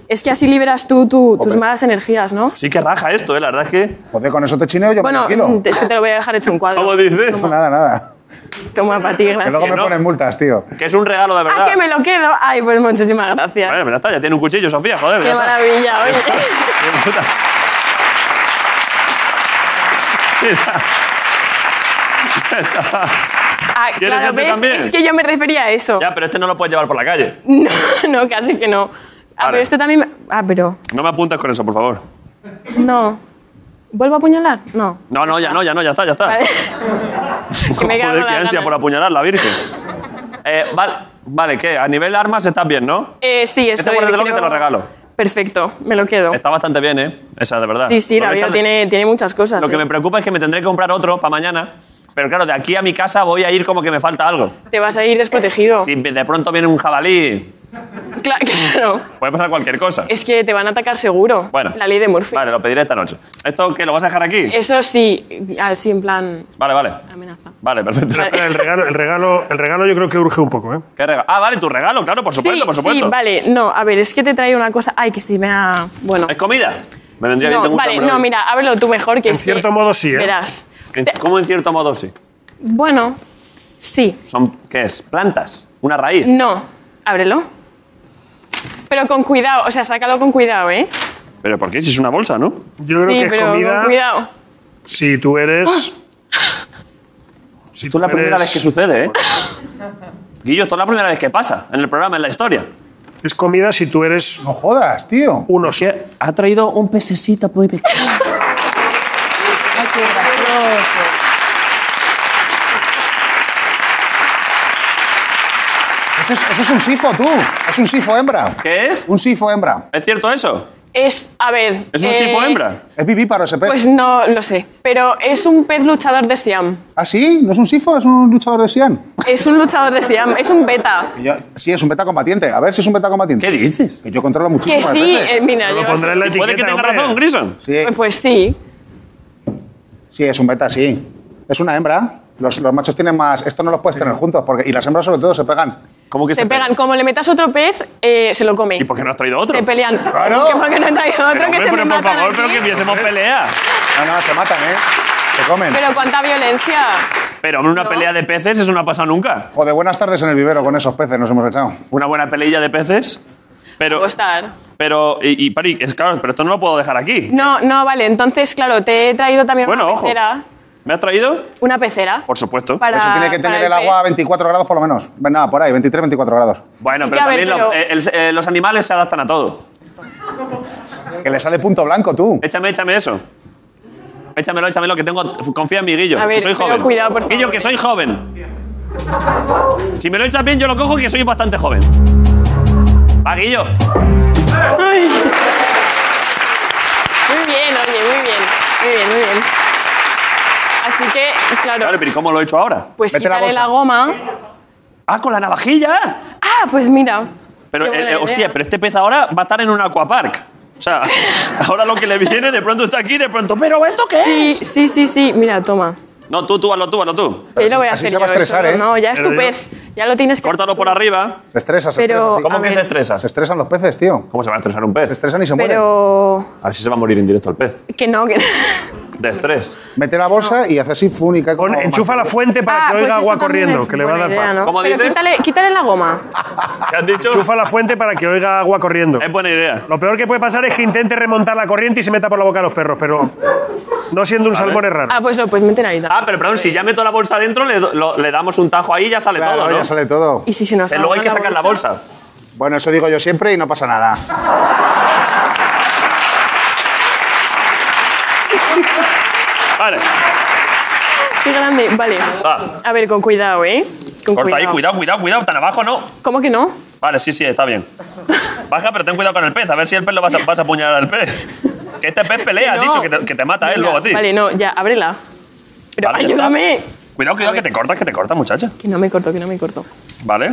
[SPEAKER 10] Es que así liberas tú tu- Uh, tus malas energías, ¿no?
[SPEAKER 2] Sí que raja esto, eh, la verdad es que.
[SPEAKER 3] Joder, con eso te chineo yo,
[SPEAKER 10] Bueno,
[SPEAKER 3] tranquilo.
[SPEAKER 10] mm, es que te lo voy a dejar hecho un cuadro.
[SPEAKER 2] ¿Cómo dices?
[SPEAKER 3] No, nada, nada.
[SPEAKER 10] Toma para ti,
[SPEAKER 3] Que luego
[SPEAKER 10] gracias.
[SPEAKER 3] me
[SPEAKER 2] no.
[SPEAKER 3] ponen multas, tío.
[SPEAKER 2] Que es un regalo de
[SPEAKER 10] ¡Ah,
[SPEAKER 2] verdad.
[SPEAKER 10] que me lo quedo! ¡Ay, pues muchísimas gracias!
[SPEAKER 2] Vale, ya está, ya tiene un cuchillo, Sofía, joder. ya
[SPEAKER 10] ¡Qué
[SPEAKER 2] está.
[SPEAKER 10] maravilla, oye!
[SPEAKER 2] Qué puta.
[SPEAKER 10] Ah,
[SPEAKER 2] ¿Quieres
[SPEAKER 10] claro,
[SPEAKER 2] este
[SPEAKER 10] ¿ves?
[SPEAKER 2] también?
[SPEAKER 10] Es que yo me refería a eso.
[SPEAKER 2] Ya, pero este no lo puedes llevar por la calle.
[SPEAKER 10] No, no, casi que no. Ah,
[SPEAKER 2] Vale.
[SPEAKER 10] pero este también... me- Ah, pero...
[SPEAKER 2] No me apuntes con eso, por favor.
[SPEAKER 10] No. ¿Vuelvo a apuñalar? No.
[SPEAKER 2] No, no, ya no, ya no, ya está, ya está.
[SPEAKER 10] Vale. Que me he quedado
[SPEAKER 2] Joder,
[SPEAKER 10] con
[SPEAKER 2] qué
[SPEAKER 10] las
[SPEAKER 2] ansia
[SPEAKER 10] ganas.
[SPEAKER 2] por apuñalar la Virgen. Eh, vale, vale, ¿qué? A nivel armas estás bien, ¿no?
[SPEAKER 10] Eh, sí,
[SPEAKER 2] Ese
[SPEAKER 10] estoy...
[SPEAKER 2] guárdatelo que
[SPEAKER 10] creo-
[SPEAKER 2] te lo regalo.
[SPEAKER 10] Perfecto, me lo quedo.
[SPEAKER 2] Está bastante bien, ¿eh? Esa, de verdad.
[SPEAKER 10] Sí, sí, la
[SPEAKER 2] Porque
[SPEAKER 10] vida
[SPEAKER 2] echas-
[SPEAKER 10] tiene, tiene muchas cosas.
[SPEAKER 2] Lo que
[SPEAKER 10] ¿eh?
[SPEAKER 2] me preocupa es que me tendré que comprar otro para mañana. Pero claro, de aquí a mi casa voy a ir como que me falta algo.
[SPEAKER 10] Te vas a ir desprotegido.
[SPEAKER 2] Si de pronto viene un jabalí,
[SPEAKER 10] Cla- claro.
[SPEAKER 2] puede pasar cualquier cosa.
[SPEAKER 10] Es que te van a atacar seguro.
[SPEAKER 2] Bueno.
[SPEAKER 10] La ley de Murphy.
[SPEAKER 2] Vale, lo pediré esta noche. ¿Esto qué? ¿Lo vas a dejar aquí?
[SPEAKER 10] Eso sí, así en plan
[SPEAKER 2] Vale, vale.
[SPEAKER 10] amenaza.
[SPEAKER 2] Vale, perfecto.
[SPEAKER 10] Vale.
[SPEAKER 7] Espera, el regalo, el, regalo, el regalo yo creo que urge un poco, ¿eh?
[SPEAKER 2] ¿Qué regalo? Ah, vale, tu regalo, claro, por supuesto,
[SPEAKER 10] sí,
[SPEAKER 2] por supuesto.
[SPEAKER 10] sí, vale. No, a ver, es que te traigo una cosa. Ay, que sí me ha... Bueno.
[SPEAKER 2] ¿Es comida? Me vendría bien,
[SPEAKER 10] No,
[SPEAKER 2] tengo mucha
[SPEAKER 10] vale,
[SPEAKER 2] hambre
[SPEAKER 10] no,
[SPEAKER 2] hoy.
[SPEAKER 10] mira, ábrelo tú mejor que
[SPEAKER 7] En
[SPEAKER 10] sí.
[SPEAKER 7] cierto modo sí, ¿eh?
[SPEAKER 10] Verás.
[SPEAKER 2] En- ¿Cómo en cierto modo sí?
[SPEAKER 10] Bueno, sí.
[SPEAKER 2] ¿Son, ¿Qué es? ¿Plantas? ¿Una raíz?
[SPEAKER 10] No, ábrelo. Pero con cuidado, o sea, sácalo con cuidado, ¿eh?
[SPEAKER 2] ¿Pero por qué? Si es una bolsa, ¿no?
[SPEAKER 7] Yo creo
[SPEAKER 10] sí,
[SPEAKER 7] que es
[SPEAKER 10] pero
[SPEAKER 7] comida
[SPEAKER 10] con cuidado.
[SPEAKER 7] si tú eres... Si
[SPEAKER 2] Esto es la
[SPEAKER 7] tú
[SPEAKER 2] primera
[SPEAKER 7] eres-
[SPEAKER 2] vez que sucede, ¿eh? Guillo, esto es la primera vez que pasa en el programa, en la historia.
[SPEAKER 7] Es comida si tú eres
[SPEAKER 3] No jodas, tío.
[SPEAKER 7] un oso.
[SPEAKER 2] Que ha traído un pececito muy pequeño.
[SPEAKER 3] Ese es, ese es un sifo, tú. Es un sifo hembra.
[SPEAKER 2] ¿Qué es?
[SPEAKER 3] Un sifo hembra.
[SPEAKER 2] ¿Es cierto eso?
[SPEAKER 10] Es, a ver.
[SPEAKER 2] ¿Es un
[SPEAKER 10] eh,
[SPEAKER 2] sifo hembra?
[SPEAKER 3] Es vivíparo ese pez.
[SPEAKER 10] Pues no lo sé, pero es un pez luchador de Siam.
[SPEAKER 3] ¿Ah, sí? ¿No es un sifo? ¿Es un luchador de Sian?
[SPEAKER 10] Es un luchador de Siam, es un beta.
[SPEAKER 3] Y yo- sí, es un beta combatiente. A ver si es un beta combatiente.
[SPEAKER 2] ¿Qué dices?
[SPEAKER 3] Que yo controlo muchísimo.
[SPEAKER 10] Que
[SPEAKER 3] el
[SPEAKER 10] sí,
[SPEAKER 3] pez.
[SPEAKER 10] eh, mira,
[SPEAKER 7] Pero
[SPEAKER 10] yo-
[SPEAKER 7] lo pondré en la etiqueta,
[SPEAKER 2] Puede que tenga
[SPEAKER 7] hombre.
[SPEAKER 2] razón, Grison.
[SPEAKER 3] sí.
[SPEAKER 10] Pues sí,
[SPEAKER 3] Sí, es un beta, sí. Es una hembra. Los, los machos tienen más. Esto no los puedes tener juntos. Porque, y las hembras, sobre todo, se pegan.
[SPEAKER 2] ¿Cómo que se,
[SPEAKER 10] se pegan. Como le metas otro pez, eh, se lo come.
[SPEAKER 2] ¿Y por qué no has traído otro?
[SPEAKER 10] Se pelean.
[SPEAKER 3] Claro.
[SPEAKER 10] Que porque no he traído otro
[SPEAKER 2] Pero,
[SPEAKER 10] que
[SPEAKER 2] hombre,
[SPEAKER 10] se me
[SPEAKER 2] pero por
[SPEAKER 10] matan
[SPEAKER 2] favor,
[SPEAKER 10] aquí.
[SPEAKER 2] pero que viésemos pelea.
[SPEAKER 3] No, no, se matan, ¿eh? Se comen.
[SPEAKER 10] Pero cuánta violencia.
[SPEAKER 2] Pero, hombre, una
[SPEAKER 10] No.
[SPEAKER 2] pelea de peces, eso no ha pasado nunca.
[SPEAKER 3] Joder, buenas tardes en el vivero con esos peces nos hemos echado.
[SPEAKER 2] Una buena peleilla de peces. Pero,
[SPEAKER 10] Costar.
[SPEAKER 2] pero, y, y Pari, es claro, pero esto no lo puedo dejar aquí.
[SPEAKER 10] No, no, vale. Entonces, claro, te he traído también
[SPEAKER 2] Bueno,
[SPEAKER 10] una
[SPEAKER 2] ojo.
[SPEAKER 10] pecera.
[SPEAKER 2] ¿Me has traído?
[SPEAKER 10] Una pecera.
[SPEAKER 2] Por supuesto.
[SPEAKER 10] Para,
[SPEAKER 3] Eso tiene que
[SPEAKER 10] para
[SPEAKER 3] tener el agua a 24 grados por lo menos. Nada, por ahí, 23, 24 grados.
[SPEAKER 2] Bueno,
[SPEAKER 10] Sí,
[SPEAKER 2] pero
[SPEAKER 10] que a ver,
[SPEAKER 2] también lo-
[SPEAKER 10] pero-
[SPEAKER 2] eh, el- eh, los animales se adaptan a todo.
[SPEAKER 3] Que le sale punto blanco, tú.
[SPEAKER 2] Échame, échame eso. Échamelo, échamelo, que tengo. Confía en mi Guillo.
[SPEAKER 10] A ver,
[SPEAKER 2] que soy
[SPEAKER 10] pero
[SPEAKER 2] joven.
[SPEAKER 10] cuidado, por favor.
[SPEAKER 2] Guillo, que soy joven. Si me lo echas bien, yo lo cojo, que soy bastante joven. Va, Guillo.
[SPEAKER 10] pez. Muy bien, oye, muy bien. Muy bien, muy bien. Así que, claro,
[SPEAKER 2] Claro, pero ¿y cómo lo he hecho ahora?
[SPEAKER 10] pues
[SPEAKER 3] Mete la
[SPEAKER 10] quítale
[SPEAKER 3] bolsa.
[SPEAKER 10] la, goma.
[SPEAKER 2] ¡Ah, con la navajilla!
[SPEAKER 10] Ah, pues mira.
[SPEAKER 2] Pero,
[SPEAKER 10] Qué
[SPEAKER 2] eh,
[SPEAKER 10] buena
[SPEAKER 2] eh,
[SPEAKER 10] idea.
[SPEAKER 2] hostia, pero este pez ahora va a estar en un aquapark. O sea, ahora lo que le viene, de pronto está aquí, de pronto. ¿Pero esto qué
[SPEAKER 10] Sí,
[SPEAKER 2] es?
[SPEAKER 10] sí, sí, sí. Mira, toma.
[SPEAKER 2] No, tú, tú, hazlo tú, hazlo tú.
[SPEAKER 10] Pero lo voy a
[SPEAKER 3] así
[SPEAKER 10] hacer
[SPEAKER 3] se va a
[SPEAKER 10] yo, eso
[SPEAKER 3] estresar,
[SPEAKER 10] no,
[SPEAKER 3] ¿eh?
[SPEAKER 10] No, ya es
[SPEAKER 7] Pero
[SPEAKER 10] tu
[SPEAKER 7] yo-
[SPEAKER 10] pez. Ya lo tienes que.
[SPEAKER 2] Córtalo por
[SPEAKER 10] tú.
[SPEAKER 2] arriba.
[SPEAKER 3] Se estresa, se
[SPEAKER 10] Pero-
[SPEAKER 3] estresa. sí.
[SPEAKER 2] ¿Cómo
[SPEAKER 10] A
[SPEAKER 2] que
[SPEAKER 10] ver.
[SPEAKER 2] se estresa?
[SPEAKER 3] Se estresan los peces, tío.
[SPEAKER 2] ¿Cómo se va a estresar un pez?
[SPEAKER 3] Se estresan y se mueren.
[SPEAKER 10] Pero.
[SPEAKER 2] A ver si se va a morir en directo el pez.
[SPEAKER 10] Que no, que.
[SPEAKER 2] De estrés.
[SPEAKER 3] Mete la bolsa y hace así fúnica.
[SPEAKER 7] Pon- enchufa la fuente para
[SPEAKER 10] Ah,
[SPEAKER 7] que
[SPEAKER 10] pues
[SPEAKER 7] oiga
[SPEAKER 10] eso
[SPEAKER 7] agua
[SPEAKER 10] también
[SPEAKER 7] corriendo,
[SPEAKER 10] es
[SPEAKER 7] que le va a dar
[SPEAKER 10] buena
[SPEAKER 7] paz.
[SPEAKER 10] idea, ¿no?
[SPEAKER 2] ¿Cómo
[SPEAKER 10] Pero
[SPEAKER 2] dices?
[SPEAKER 10] quítale, quítale la goma.
[SPEAKER 2] ¿Qué has dicho?
[SPEAKER 7] Enchufa la fuente para que oiga agua corriendo.
[SPEAKER 2] Es buena idea.
[SPEAKER 7] Lo peor que puede pasar es que intente remontar la corriente y se meta por la boca a los perros, pero no siendo un salmón es raro.
[SPEAKER 10] Ah, pues lo puedes meter ahí.
[SPEAKER 2] Ah, pero perdón, si ya meto la bolsa dentro, le, do- lo- le damos un tajo ahí y ya sale
[SPEAKER 3] Claro,
[SPEAKER 2] todo, ¿no?
[SPEAKER 3] ya sale todo.
[SPEAKER 10] Y si se nos
[SPEAKER 2] Pero luego hay
[SPEAKER 10] ahoga
[SPEAKER 2] que sacar la bolsa.
[SPEAKER 3] Bueno, eso digo yo siempre y no pasa nada.
[SPEAKER 2] Vale.
[SPEAKER 10] Qué grande. Vale.
[SPEAKER 2] Va.
[SPEAKER 10] A ver, con cuidado, ¿eh? Con
[SPEAKER 2] Ah. Corta ahí, cuidado, cuidado, cuidado. Tan abajo no.
[SPEAKER 10] ¿Cómo que no?
[SPEAKER 2] Vale, sí, sí, está bien. Baja, pero ten cuidado con el pez. A ver si el pez lo vas a, vas a apuñalar al pez. Que este pez pelea,
[SPEAKER 10] No.
[SPEAKER 2] has dicho, que te, que te mata él
[SPEAKER 10] Venga,
[SPEAKER 2] luego a ti.
[SPEAKER 10] Vale, no, ya, ábrela. Pero
[SPEAKER 2] Vale, ya está.
[SPEAKER 10] ayúdame.
[SPEAKER 2] Cuidado, cuidado, que te cortas, que te cortas, muchacha.
[SPEAKER 10] Que no me corto, que no me corto.
[SPEAKER 2] Vale.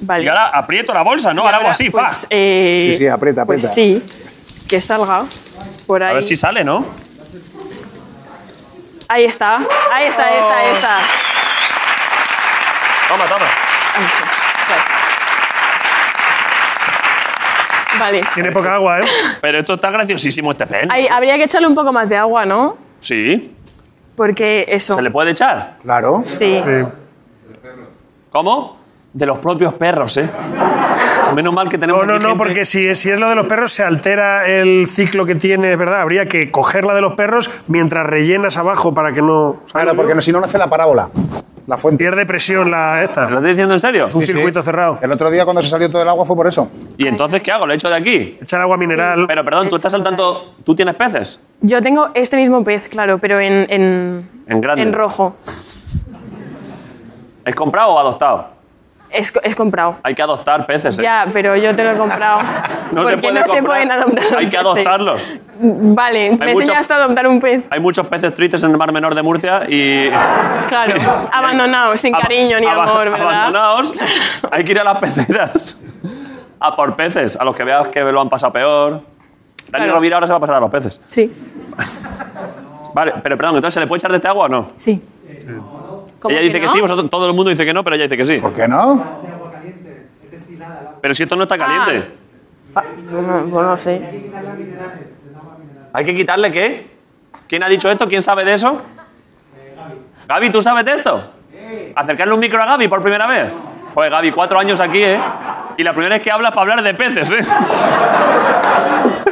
[SPEAKER 10] Vale.
[SPEAKER 2] Y ahora aprieto la bolsa, ¿no?
[SPEAKER 10] Y
[SPEAKER 2] Ahora hago así, fa.
[SPEAKER 10] pues, eh,
[SPEAKER 3] Sí, sí, aprieta,
[SPEAKER 10] pues
[SPEAKER 3] aprieta.
[SPEAKER 10] sí, que salga por ahí.
[SPEAKER 2] A ver si sale, ¿no?
[SPEAKER 10] Ahí está, ahí está, ahí está, ahí está.
[SPEAKER 2] Toma, toma.
[SPEAKER 10] Ahí sí, Vale. Vale.
[SPEAKER 7] Tiene poca agua, ¿eh?
[SPEAKER 2] Pero esto está graciosísimo, este pez.
[SPEAKER 10] Ahí habría que echarle un poco más de agua, ¿no?
[SPEAKER 2] Sí.
[SPEAKER 10] Porque eso.
[SPEAKER 2] ¿Se le puede echar?
[SPEAKER 3] Claro.
[SPEAKER 10] Sí.
[SPEAKER 2] ¿Cómo? De los propios perros, ¿eh? Menos mal que tenemos
[SPEAKER 7] No, no,
[SPEAKER 2] aquí
[SPEAKER 7] no,
[SPEAKER 2] gente-
[SPEAKER 7] porque si, si es lo de los perros se altera el ciclo que tiene, es verdad. Habría que cogerla de los perros mientras rellenas abajo para que no...
[SPEAKER 3] Claro, porque no- si no, no hace la parábola. La fuente.
[SPEAKER 7] Pierde presión la esta.
[SPEAKER 2] ¿Lo estás diciendo en serio?
[SPEAKER 7] Es un circuito cerrado.
[SPEAKER 3] El otro día cuando se salió todo el agua fue por eso.
[SPEAKER 2] ¿Y entonces qué hago? ¿Lo echo de aquí?
[SPEAKER 7] Echar agua mineral.
[SPEAKER 2] Pero perdón, tú estás al tanto. ¿Tú tienes peces?
[SPEAKER 10] Yo tengo este mismo pez, claro, pero en, en,
[SPEAKER 2] En grande.
[SPEAKER 10] en rojo.
[SPEAKER 2] ¿Es comprado o adoptado?
[SPEAKER 10] Es, co- es comprado.
[SPEAKER 2] Hay que adoptar peces. ¿eh?
[SPEAKER 10] Ya, pero yo te lo he comprado.
[SPEAKER 2] No se
[SPEAKER 10] Porque
[SPEAKER 2] puede
[SPEAKER 10] no se
[SPEAKER 2] comprar.
[SPEAKER 10] pueden adoptar. los
[SPEAKER 2] Hay que
[SPEAKER 10] peces.
[SPEAKER 2] adoptarlos.
[SPEAKER 10] Vale, me
[SPEAKER 2] mucho-
[SPEAKER 10] enseñaste a adoptar un pez.
[SPEAKER 2] Hay muchos peces tristes en el Mar Menor de Murcia y...
[SPEAKER 10] Claro, abandonado, sin
[SPEAKER 2] Eh, Ab-
[SPEAKER 10] cariño ni
[SPEAKER 2] aba-
[SPEAKER 10] amor, ¿verdad?
[SPEAKER 2] Abandonados, hay que ir a las peceras a por peces, a los que veas que lo han pasado peor. Dani
[SPEAKER 10] Claro.
[SPEAKER 2] Rovira ahora se va a pasar a los peces.
[SPEAKER 10] Sí,
[SPEAKER 2] Vale, pero perdón, entonces, ¿se le puede echar de este agua o no?
[SPEAKER 10] sí. ¿Cómo
[SPEAKER 2] Eh, Ella dice que,
[SPEAKER 10] no?
[SPEAKER 2] sí, vosotros, todo el mundo dice que no, pero ella dice que sí.
[SPEAKER 3] ¿Por qué no?
[SPEAKER 2] Pero si esto no está
[SPEAKER 10] Ah.
[SPEAKER 2] caliente. pues.
[SPEAKER 10] Bueno, bueno, no sé.
[SPEAKER 2] ¿Hay que quitarle qué? ¿Quién ha dicho esto? ¿Quién sabe de eso? Gaby, ¿tú sabes de esto? Acercarle un micro a Gaby por primera vez. Joder, Gaby, cuatro años aquí, ¿eh? Y la primera vez que hablas para hablar de peces, ¿eh?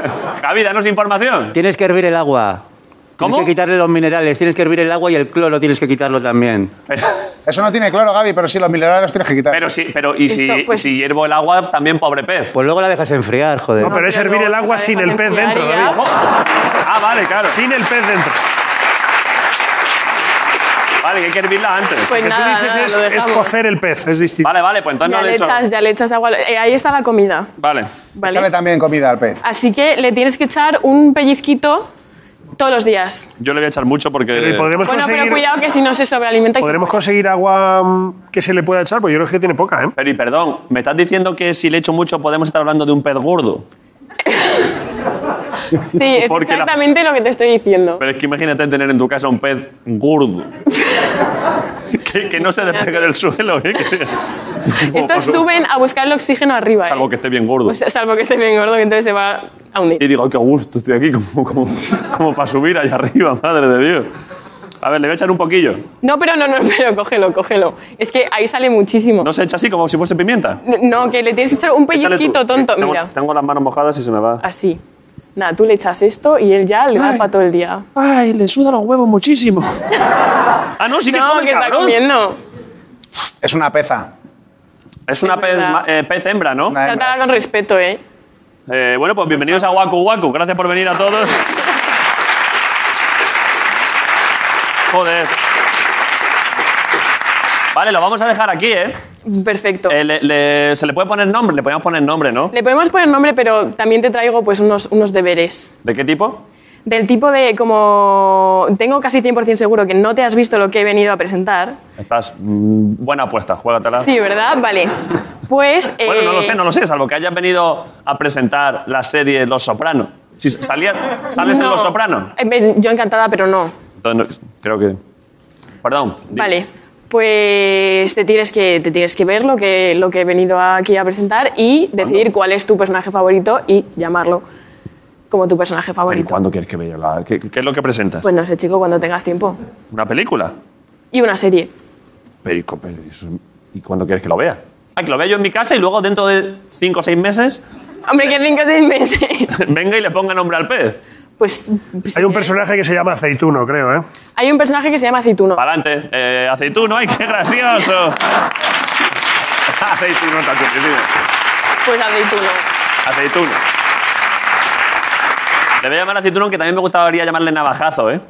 [SPEAKER 2] Gaby, danos información.
[SPEAKER 11] Tienes que hervir el agua.
[SPEAKER 2] ¿Cómo?
[SPEAKER 11] Tienes que quitarle los minerales, tienes que hervir el agua y el cloro tienes que quitarlo también.
[SPEAKER 2] Pero,
[SPEAKER 3] Eso no tiene claro, Gaby, pero sí, los minerales los tienes que quitar.
[SPEAKER 2] pero sí, pero y si,
[SPEAKER 10] Esto, pues-
[SPEAKER 2] si hiervo el agua, también pobre pez.
[SPEAKER 11] Pues luego la dejas enfriar, joder.
[SPEAKER 7] No, pero es hervir el agua sin el pez dentro, David.
[SPEAKER 2] Ah, vale, claro.
[SPEAKER 7] Sin el pez dentro.
[SPEAKER 2] Vale, que hay que hervirla antes.
[SPEAKER 10] Pues
[SPEAKER 7] Lo que tú
[SPEAKER 10] nada,
[SPEAKER 7] dices
[SPEAKER 10] nada,
[SPEAKER 7] es,
[SPEAKER 10] lo
[SPEAKER 7] es
[SPEAKER 10] dejamos.
[SPEAKER 7] cocer el pez, es distinto.
[SPEAKER 2] Vale, vale, pues entonces
[SPEAKER 10] Ya
[SPEAKER 2] no le
[SPEAKER 10] le,
[SPEAKER 2] he hecho.
[SPEAKER 10] echas, ya le echas agua. Eh, ahí está la comida,
[SPEAKER 2] Vale.
[SPEAKER 10] ¿vale?
[SPEAKER 3] Échale también comida al pez.
[SPEAKER 10] Así que le tienes que echar un pellizquito todos los días.
[SPEAKER 2] Yo le voy a echar mucho
[SPEAKER 7] Pero
[SPEAKER 3] eh.
[SPEAKER 7] ¿y
[SPEAKER 2] porque.
[SPEAKER 7] podremos
[SPEAKER 10] Bueno, pero
[SPEAKER 7] conseguir,
[SPEAKER 10] cuidado que si no se sobrealimenta... y se-
[SPEAKER 7] podremos conseguir agua mm, que se le pueda echar, pues yo creo que tiene poca, ¿eh?
[SPEAKER 2] Pero y perdón, ¿me estás diciendo que si le echo mucho podemos estar hablando de un pez gordo?
[SPEAKER 10] Sí, es
[SPEAKER 2] Porque la-
[SPEAKER 10] exactamente lo que te estoy diciendo.
[SPEAKER 2] Pero es que imagínate tener en tu casa un pez gordo. que, que no se despegue del suelo, ¿eh? Que-
[SPEAKER 10] Estos suben a buscar el oxígeno arriba, ¿eh?
[SPEAKER 2] Salvo que esté bien gordo.
[SPEAKER 10] O sea, salvo que esté bien gordo, que entonces se va
[SPEAKER 2] Y
[SPEAKER 10] a hundir.
[SPEAKER 2] digo, ay, qué gusto, estoy aquí como, como, como para subir allá arriba, madre de Dios. A ver, le voy a echar un poquillo.
[SPEAKER 10] No, pero no, no, pero cógelo, cógelo. Es que ahí sale muchísimo.
[SPEAKER 2] No se echa así, como si fuese pimienta.
[SPEAKER 10] No, que le tienes que echar un
[SPEAKER 2] Échale tú.
[SPEAKER 10] pellizquito tonto.
[SPEAKER 2] Tengo,
[SPEAKER 10] Mira,
[SPEAKER 2] tengo las manos mojadas y se me va.
[SPEAKER 10] así. Nada, tú le echas esto y él ya le da para todo el día.
[SPEAKER 2] Ay, le suda los huevos muchísimo. ah, no, sí que
[SPEAKER 10] No,
[SPEAKER 2] come,
[SPEAKER 10] que está
[SPEAKER 2] cabrón.
[SPEAKER 10] comiendo.
[SPEAKER 3] Es una peza.
[SPEAKER 2] Es una
[SPEAKER 10] Es
[SPEAKER 2] pez,
[SPEAKER 10] verdad.
[SPEAKER 2] ma- eh, pez hembra, ¿no?
[SPEAKER 3] Una hembra.
[SPEAKER 10] Trátala con respeto, ¿eh?
[SPEAKER 2] Eh, bueno, pues bienvenidos a Waku Waku. Gracias por venir a todos. Joder. Vale, lo vamos a dejar aquí, ¿eh?
[SPEAKER 10] Perfecto.
[SPEAKER 2] Eh, le- le- se le puede poner nombre, le podemos poner nombre, ¿no?
[SPEAKER 10] Le podemos poner nombre, pero también te traigo pues unos, unos deberes.
[SPEAKER 2] ¿De qué tipo?
[SPEAKER 10] Del tipo de como tengo casi 100% seguro que no te has visto lo que he venido a presentar.
[SPEAKER 2] Estás mm, buena apuesta, juégatela.
[SPEAKER 10] Sí, ¿verdad? Vale. Pues...
[SPEAKER 2] Bueno, no
[SPEAKER 10] eh,
[SPEAKER 2] lo sé, no lo sé, salvo que hayas venido a presentar la serie Los Soprano. Si salías, sales en
[SPEAKER 10] no.
[SPEAKER 2] Los Soprano.
[SPEAKER 10] Eh, ven, Yo encantada, pero no.
[SPEAKER 2] Entonces, no- creo que. Perdón. di-
[SPEAKER 10] Vale. Pues te tienes que, te tienes que ver lo que, lo que he venido aquí a presentar y decidir cuál es tu personaje favorito y llamarlo como tu personaje
[SPEAKER 2] Pero, ¿y
[SPEAKER 10] favorito.
[SPEAKER 2] ¿Cuándo quieres que vea yo la.? ¿Qué, qué es lo que presentas?
[SPEAKER 10] Pues no sé, chico, cuando tengas tiempo.
[SPEAKER 2] ¿Una película?
[SPEAKER 10] Y una serie.
[SPEAKER 2] Pero, ¿y co- pero eso- ¿Y cuándo quieres que lo vea? Ah, que lo vea yo en mi casa y luego dentro de 5 o 6 meses
[SPEAKER 10] Hombre, que cinco o seis meses.
[SPEAKER 2] venga y le ponga nombre al pez.
[SPEAKER 10] Pues. pues,
[SPEAKER 7] Hay un personaje que se llama Aceituno, creo, ¿eh?
[SPEAKER 10] hay un personaje que se llama Aceituno.
[SPEAKER 2] Para adelante. Eh, aceituno, ¡ay, qué gracioso! aceituno, tan divertido.
[SPEAKER 10] Pues Aceituno.
[SPEAKER 2] Aceituno. Le voy a llamar aceituno, aunque también me gustaría llamarle navajazo, ¿eh?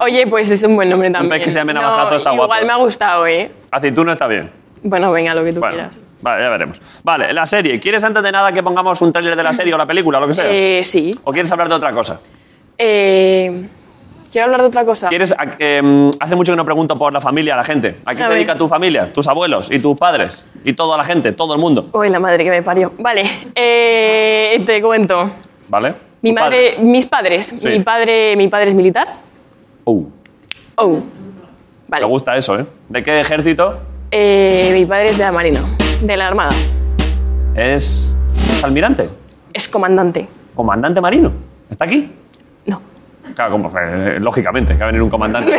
[SPEAKER 10] Oye, pues es un buen nombre también.
[SPEAKER 2] pez que se llame
[SPEAKER 10] No,
[SPEAKER 2] Navajazo está guapo.
[SPEAKER 10] Igual me ha gustado, ¿eh?
[SPEAKER 2] Aceituno está bien.
[SPEAKER 10] Bueno, venga, lo que tú
[SPEAKER 2] Bueno,
[SPEAKER 10] quieras.
[SPEAKER 2] vale, ya veremos. Vale, la serie. ¿Quieres antes de nada que pongamos un tráiler de la serie o la película, lo que sea?
[SPEAKER 10] Eh, sí.
[SPEAKER 2] ¿O quieres hablar de otra cosa?
[SPEAKER 10] Eh, quiero hablar de otra cosa.
[SPEAKER 2] ¿Quieres, a- em, hace mucho que no pregunto por la familia a la gente. ¿A qué
[SPEAKER 10] A
[SPEAKER 2] se
[SPEAKER 10] ver.
[SPEAKER 2] dedica tu familia? Tus abuelos y tus padres. Y toda la gente, todo el mundo.
[SPEAKER 10] Uy, la madre que me parió. Vale, eh, te cuento.
[SPEAKER 2] ¿Vale?
[SPEAKER 10] Mi
[SPEAKER 2] Tus
[SPEAKER 10] madre,
[SPEAKER 2] padres.
[SPEAKER 10] mis padres.
[SPEAKER 2] Sí.
[SPEAKER 10] Mi padre, mi padre es militar.
[SPEAKER 2] Uh,
[SPEAKER 10] Oh,
[SPEAKER 2] me
[SPEAKER 10] vale.
[SPEAKER 2] gusta eso, ¿eh? ¿De qué ejército?
[SPEAKER 10] Eh, mi padre es de la Marina, de la Armada.
[SPEAKER 2] Es. es almirante.
[SPEAKER 10] Es comandante.
[SPEAKER 2] Comandante marino. ¿Está aquí?
[SPEAKER 10] No.
[SPEAKER 2] Claro, como, eh, lógicamente, que va a venir un comandante.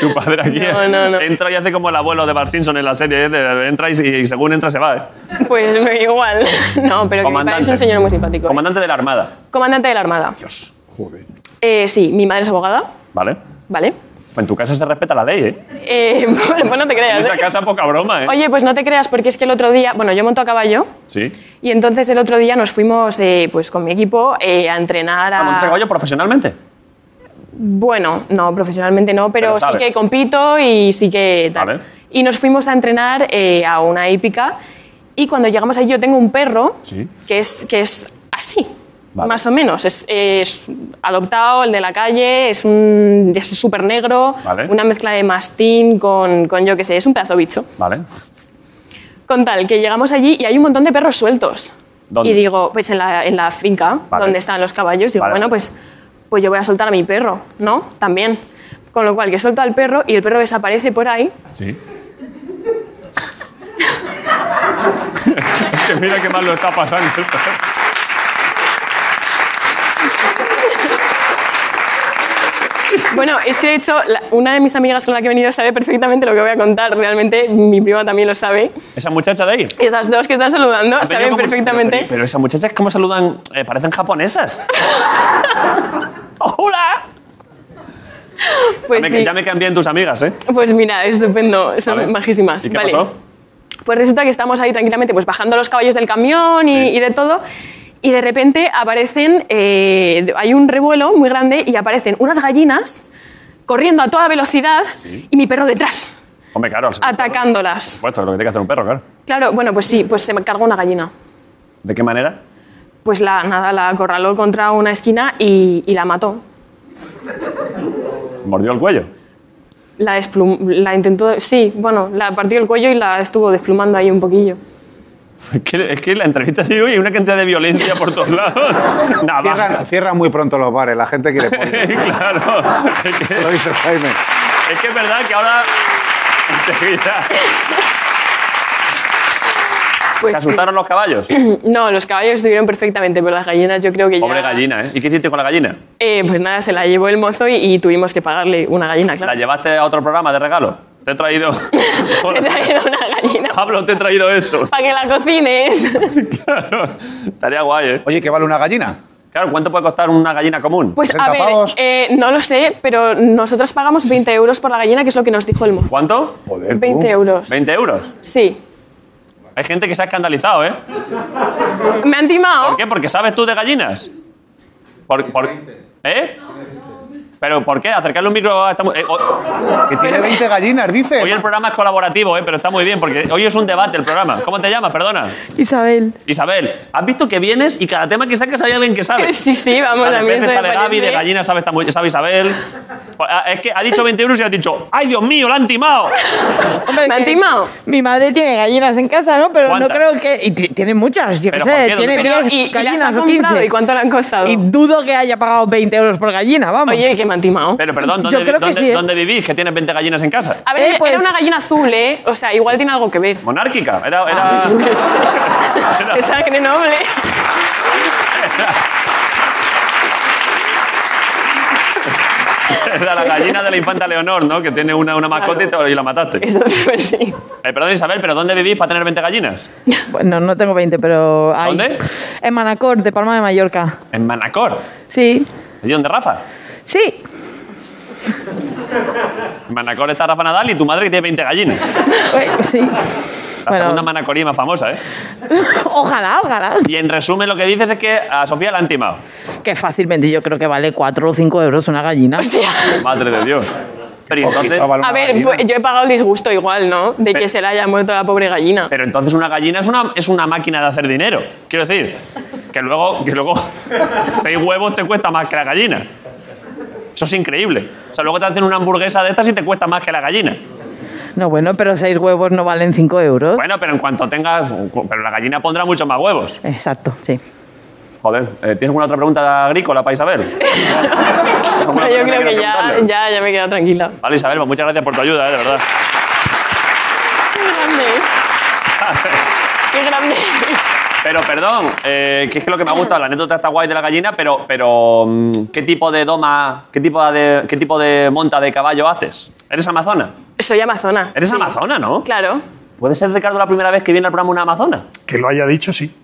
[SPEAKER 2] tu padre aquí ¿eh?
[SPEAKER 10] No, no, no.
[SPEAKER 2] entra y hace como el abuelo de Bart Simpson en la serie. ¿eh? De- Entra y, y según entra se va. ¿eh?
[SPEAKER 10] Pues me da igual. No, pero que mi padre es
[SPEAKER 2] Comandante.
[SPEAKER 10] un señor muy simpático. ¿eh?
[SPEAKER 2] Comandante de la Armada.
[SPEAKER 10] Comandante de la Armada.
[SPEAKER 2] Dios, joder.
[SPEAKER 10] Eh, sí, mi madre es abogada,
[SPEAKER 2] ¿Vale?
[SPEAKER 10] ¿vale?
[SPEAKER 2] En tu casa se respeta la ley, ¿eh?
[SPEAKER 10] Eh, pues no te
[SPEAKER 2] En
[SPEAKER 10] creas.
[SPEAKER 2] esa
[SPEAKER 10] ¿eh?
[SPEAKER 2] casa poca broma, ¿eh?
[SPEAKER 10] Oye, pues no te creas, porque es que el otro día, bueno, yo monto a caballo
[SPEAKER 2] Sí.
[SPEAKER 10] y entonces el otro día nos fuimos eh, pues con mi equipo eh, a entrenar a...
[SPEAKER 2] ¿Ah, montas a caballo profesionalmente?
[SPEAKER 10] Bueno, no, profesionalmente no, pero,
[SPEAKER 2] Pero
[SPEAKER 10] sí
[SPEAKER 2] sabes.
[SPEAKER 10] que compito y sí que tal.
[SPEAKER 2] Vale.
[SPEAKER 10] Y nos fuimos a entrenar eh, a una hípica y cuando llegamos allí yo tengo un perro
[SPEAKER 2] Sí.
[SPEAKER 10] que es, que es así,
[SPEAKER 2] Vale.
[SPEAKER 10] más o menos. Es, es adoptado, el de la calle, es un es súper negro,
[SPEAKER 2] Vale.
[SPEAKER 10] una mezcla de mastín con, con yo qué sé, es un pedazo de bicho.
[SPEAKER 2] Vale.
[SPEAKER 10] Con tal, que llegamos allí y hay un montón de perros sueltos.
[SPEAKER 2] ¿Dónde?
[SPEAKER 10] Y digo, pues en la, en la finca
[SPEAKER 2] Vale.
[SPEAKER 10] donde están los caballos, digo,
[SPEAKER 2] Vale,
[SPEAKER 10] bueno,
[SPEAKER 2] vale.
[SPEAKER 10] pues, pues yo voy a soltar a mi perro, ¿no? También. Con lo cual, que suelto al perro y el perro desaparece por ahí.
[SPEAKER 2] Sí. que mira qué mal lo está pasando. el perro.
[SPEAKER 10] Bueno, es que de hecho, la- una de mis amigas con la que he venido sabe perfectamente lo que voy a contar, realmente mi prima también lo sabe.
[SPEAKER 2] Esa muchacha de ahí.
[SPEAKER 10] Y esas dos que están saludando
[SPEAKER 2] Han venido
[SPEAKER 10] saben
[SPEAKER 2] como-
[SPEAKER 10] perfectamente.
[SPEAKER 2] Pero, pero esas muchachas, ¿cómo saludan? Eh, parecen japonesas. ¡Hola!
[SPEAKER 10] Pues
[SPEAKER 2] Ya me-
[SPEAKER 10] sí.
[SPEAKER 2] Ya me cambian tus amigas, ¿eh?
[SPEAKER 10] Pues mira, estupendo, son
[SPEAKER 2] Vale.
[SPEAKER 10] majísimas.
[SPEAKER 2] ¿Y qué
[SPEAKER 10] Vale.
[SPEAKER 2] pasó?
[SPEAKER 10] Pues resulta que estamos ahí tranquilamente, pues bajando los caballos del camión y, y de todo, y de repente aparecen, eh, hay un revuelo muy grande y aparecen unas gallinas corriendo a toda velocidad
[SPEAKER 2] Sí.
[SPEAKER 10] y mi perro detrás,
[SPEAKER 2] Hombre, claro. Por
[SPEAKER 10] atacándolas.
[SPEAKER 2] supuesto, es lo que tiene que hacer un perro, claro.
[SPEAKER 10] Claro, bueno, pues sí, pues se me cargó una gallina.
[SPEAKER 2] ¿De qué manera?
[SPEAKER 10] Pues la, nada, la acorraló contra una esquina y, y la mató.
[SPEAKER 2] Mordió el cuello.
[SPEAKER 10] La, desplum- la intentó, sí, bueno, la partió el cuello y la estuvo desplumando ahí un poquillo.
[SPEAKER 2] Es que, es que la entrevista de hoy hay una cantidad de violencia por todos lados. Navaja.
[SPEAKER 3] Cierran, cierran muy pronto los bares, la gente quiere pollo.
[SPEAKER 2] claro. Es que,
[SPEAKER 3] Lo dice Jaime.
[SPEAKER 2] es que es verdad que ahora. Enseguida.
[SPEAKER 10] Pues
[SPEAKER 2] ¿Se asustaron los caballos?
[SPEAKER 10] No, los caballos estuvieron perfectamente, pero las gallinas yo creo que
[SPEAKER 2] Pobre
[SPEAKER 10] ya...
[SPEAKER 2] gallina, ¿eh? ¿Y qué hiciste con la gallina?
[SPEAKER 10] Eh, pues nada, se la llevó el mozo y, y tuvimos que pagarle una gallina,
[SPEAKER 2] ¿La
[SPEAKER 10] claro.
[SPEAKER 2] llevaste a otro programa de regalo? Te he traído.
[SPEAKER 10] Le trajeron una gallina
[SPEAKER 2] Pablo, te he traído esto.
[SPEAKER 10] para que la cocines.
[SPEAKER 2] Claro. Estaría guay, ¿eh?
[SPEAKER 3] Oye, ¿qué vale una gallina?
[SPEAKER 2] Claro, ¿cuánto puede costar una gallina común?
[SPEAKER 10] Pues a
[SPEAKER 3] 60
[SPEAKER 10] ver,
[SPEAKER 3] pavos.
[SPEAKER 10] eh, no lo sé, pero nosotros pagamos 20 euros por la gallina, que es lo que nos dijo el mozo.
[SPEAKER 2] ¿Cuánto?
[SPEAKER 10] Pues-
[SPEAKER 3] Joder, tú.
[SPEAKER 10] 20 euros.
[SPEAKER 2] ¿20 euros?
[SPEAKER 10] Sí.
[SPEAKER 2] Hay gente que se ha escandalizado, ¿eh?
[SPEAKER 10] Me han timado.
[SPEAKER 2] ¿Por qué? ¿Porque sabes tú de gallinas? Por, por- ¿Eh? ¿Pero por qué? Acercarle un micro a esta mu- eh, ho-
[SPEAKER 3] Que tiene 20 gallinas, dice.
[SPEAKER 2] Hoy el programa es colaborativo, ¿eh? pero está muy bien, porque hoy es un debate el programa. ¿Cómo te llamas? Perdona.
[SPEAKER 10] Isabel.
[SPEAKER 2] Isabel, ¿has visto que vienes y cada tema que sacas hay alguien que sabe?
[SPEAKER 10] Sí, sí, vamos,
[SPEAKER 2] O sea,
[SPEAKER 10] a
[SPEAKER 2] de
[SPEAKER 10] mí
[SPEAKER 2] peces
[SPEAKER 10] eso me
[SPEAKER 2] sabe Gaby, de
[SPEAKER 10] parece-
[SPEAKER 2] gallinas sabe, esta mu- sabe Isabel. Ah, Es que ha dicho 20 euros y has dicho, ¡ay, Dios mío, la han timado!
[SPEAKER 10] Me han timado.
[SPEAKER 12] Mi madre tiene gallinas en casa, ¿no? Pero
[SPEAKER 2] ¿Cuántas?
[SPEAKER 12] no creo que. Y ti- tiene muchas, yo qué
[SPEAKER 2] ¿Pero por qué?
[SPEAKER 12] sé.
[SPEAKER 2] ¿Dónde
[SPEAKER 12] Tiene
[SPEAKER 2] Pero,
[SPEAKER 12] 10
[SPEAKER 10] y, y las ha
[SPEAKER 12] gallinas o
[SPEAKER 10] comprado,
[SPEAKER 12] 15.
[SPEAKER 10] ¿Y cuánto le han costado?
[SPEAKER 12] Y dudo que haya pagado 20 euros por gallina, vamos.
[SPEAKER 10] Oye, que me han timado.
[SPEAKER 2] Pero perdón,
[SPEAKER 12] Yo
[SPEAKER 2] ¿dónde, vi-
[SPEAKER 12] creo que
[SPEAKER 2] dónde-
[SPEAKER 12] sí, ¿eh?
[SPEAKER 2] dónde vivís? Que tienes 20 gallinas en casa.
[SPEAKER 10] A ver,
[SPEAKER 12] Eh, pues-
[SPEAKER 10] era una gallina azul, ¿eh? O sea, igual tiene algo que ver.
[SPEAKER 2] Monárquica. Era, era,
[SPEAKER 12] Ah.
[SPEAKER 10] Que sangre noble.
[SPEAKER 2] era la gallina de la infanta Leonor, ¿no? Que tiene una, una mascota y te- y la mataste.
[SPEAKER 10] Eso pues sí.
[SPEAKER 2] Eh, perdón, Isabel, ¿pero dónde vivís para tener 20 gallinas?
[SPEAKER 12] Bueno, no tengo 20, pero. hay.
[SPEAKER 2] ¿Dónde?
[SPEAKER 12] En Manacor, de Palma de Mallorca.
[SPEAKER 2] En Manacor.
[SPEAKER 12] Sí.
[SPEAKER 2] ¿Y dónde Rafa?
[SPEAKER 12] Sí.
[SPEAKER 2] En Manacor está Rafa Nadal y tu madre que tiene 20 gallinas.
[SPEAKER 12] Ué, Eh, Sí.
[SPEAKER 2] La segunda manacoría más famosa, ¿eh?
[SPEAKER 12] ojalá, ojalá.
[SPEAKER 2] Y en resumen lo que dices es que a Sofía la han timado.
[SPEAKER 12] Que fácilmente yo creo que vale 4 o 5 euros una gallina.
[SPEAKER 2] Madre de Dios. Pero y entonces,
[SPEAKER 3] Poquito vale una
[SPEAKER 10] A ver,
[SPEAKER 3] gallina.
[SPEAKER 10] pues, yo he pagado el disgusto igual, ¿no? De que se le haya muerto la pobre gallina.
[SPEAKER 2] pero entonces una gallina es una, es una máquina de hacer dinero. Quiero decir, que luego, que luego seis huevos te cuesta más que la gallina. Eso es increíble. O sea, luego te hacen una hamburguesa de estas y te cuesta más que la gallina.
[SPEAKER 12] No, bueno, pero 6 huevos no valen 5 euros.
[SPEAKER 2] Bueno, pero en cuanto tengas... Pero la gallina pondrá muchos más huevos.
[SPEAKER 12] Exacto, sí.
[SPEAKER 2] Joder, eh, ¿tienes alguna otra pregunta agrícola para Isabel?
[SPEAKER 10] No,
[SPEAKER 2] ¿Alguna
[SPEAKER 10] yo
[SPEAKER 2] otra
[SPEAKER 10] creo que
[SPEAKER 2] quieras
[SPEAKER 10] ya,
[SPEAKER 2] preguntarle?
[SPEAKER 10] ya, ya me he quedado tranquila.
[SPEAKER 2] Vale, Isabel, pues muchas gracias por tu ayuda, eh, de verdad.
[SPEAKER 10] Qué grande. Qué grande.
[SPEAKER 2] Pero perdón, eh, que es que lo que me ha gustado, la anécdota está guay de la gallina, pero, pero mm, ¿qué tipo de doma, qué tipo de, qué tipo de monta de caballo haces? ¿Eres amazona?
[SPEAKER 10] Soy amazona.
[SPEAKER 2] Eres
[SPEAKER 10] Sí.
[SPEAKER 2] amazona, ¿no?
[SPEAKER 10] Claro.
[SPEAKER 2] ¿Puede ser, Ricardo, la primera vez que viene al programa una amazona?
[SPEAKER 7] Que lo haya dicho, sí.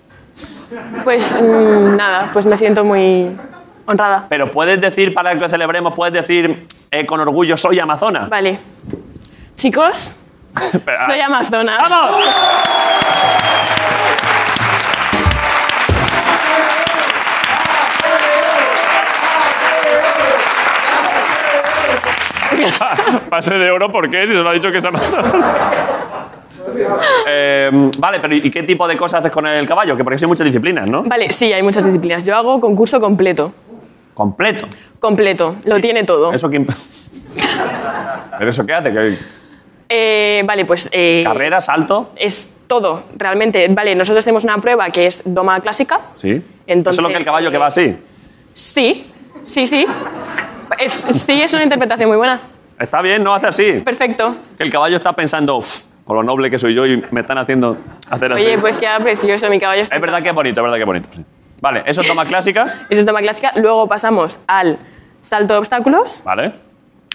[SPEAKER 10] Pues mm, nada, pues me siento muy honrada.
[SPEAKER 2] Pero puedes decir, para que celebremos, puedes decir, eh, con orgullo soy amazona.
[SPEAKER 10] Vale. Chicos,
[SPEAKER 2] Espera.
[SPEAKER 10] soy amazona.
[SPEAKER 2] ah, ¡Vamos! Pase de oro, ¿por qué? Si se lo ha dicho que es amazona. Eh, vale, pero ¿y qué tipo de cosas haces con el caballo? Que porque hay muchas disciplinas, ¿no?
[SPEAKER 10] Vale, sí, hay muchas disciplinas. Yo hago concurso completo.
[SPEAKER 2] Completo.
[SPEAKER 10] Completo, lo tiene todo.
[SPEAKER 2] ¿Eso qué... ¿Pero eso qué hace? ¿Qué-
[SPEAKER 10] Eh, vale, pues... eh,
[SPEAKER 2] ¿Carrera, salto?
[SPEAKER 10] Es todo, realmente. Vale, nosotros tenemos una prueba que es doma clásica.
[SPEAKER 2] Sí.
[SPEAKER 10] Entonces,
[SPEAKER 2] eso es lo que el caballo que va así.
[SPEAKER 10] Sí, sí, sí. Es- sí, es una interpretación muy buena.
[SPEAKER 2] Está bien, no hace así.
[SPEAKER 10] Perfecto.
[SPEAKER 2] Que el caballo está pensando, "Uf, con lo noble que soy yo y me están haciendo hacer así.
[SPEAKER 10] Oye, pues queda precioso, mi caballo está...
[SPEAKER 2] Ah, Es verdad que es bonito, es verdad que es bonito. sí. Vale, eso es toma clásica.
[SPEAKER 10] Eso es doma clásica. Luego pasamos al salto de obstáculos
[SPEAKER 2] Vale.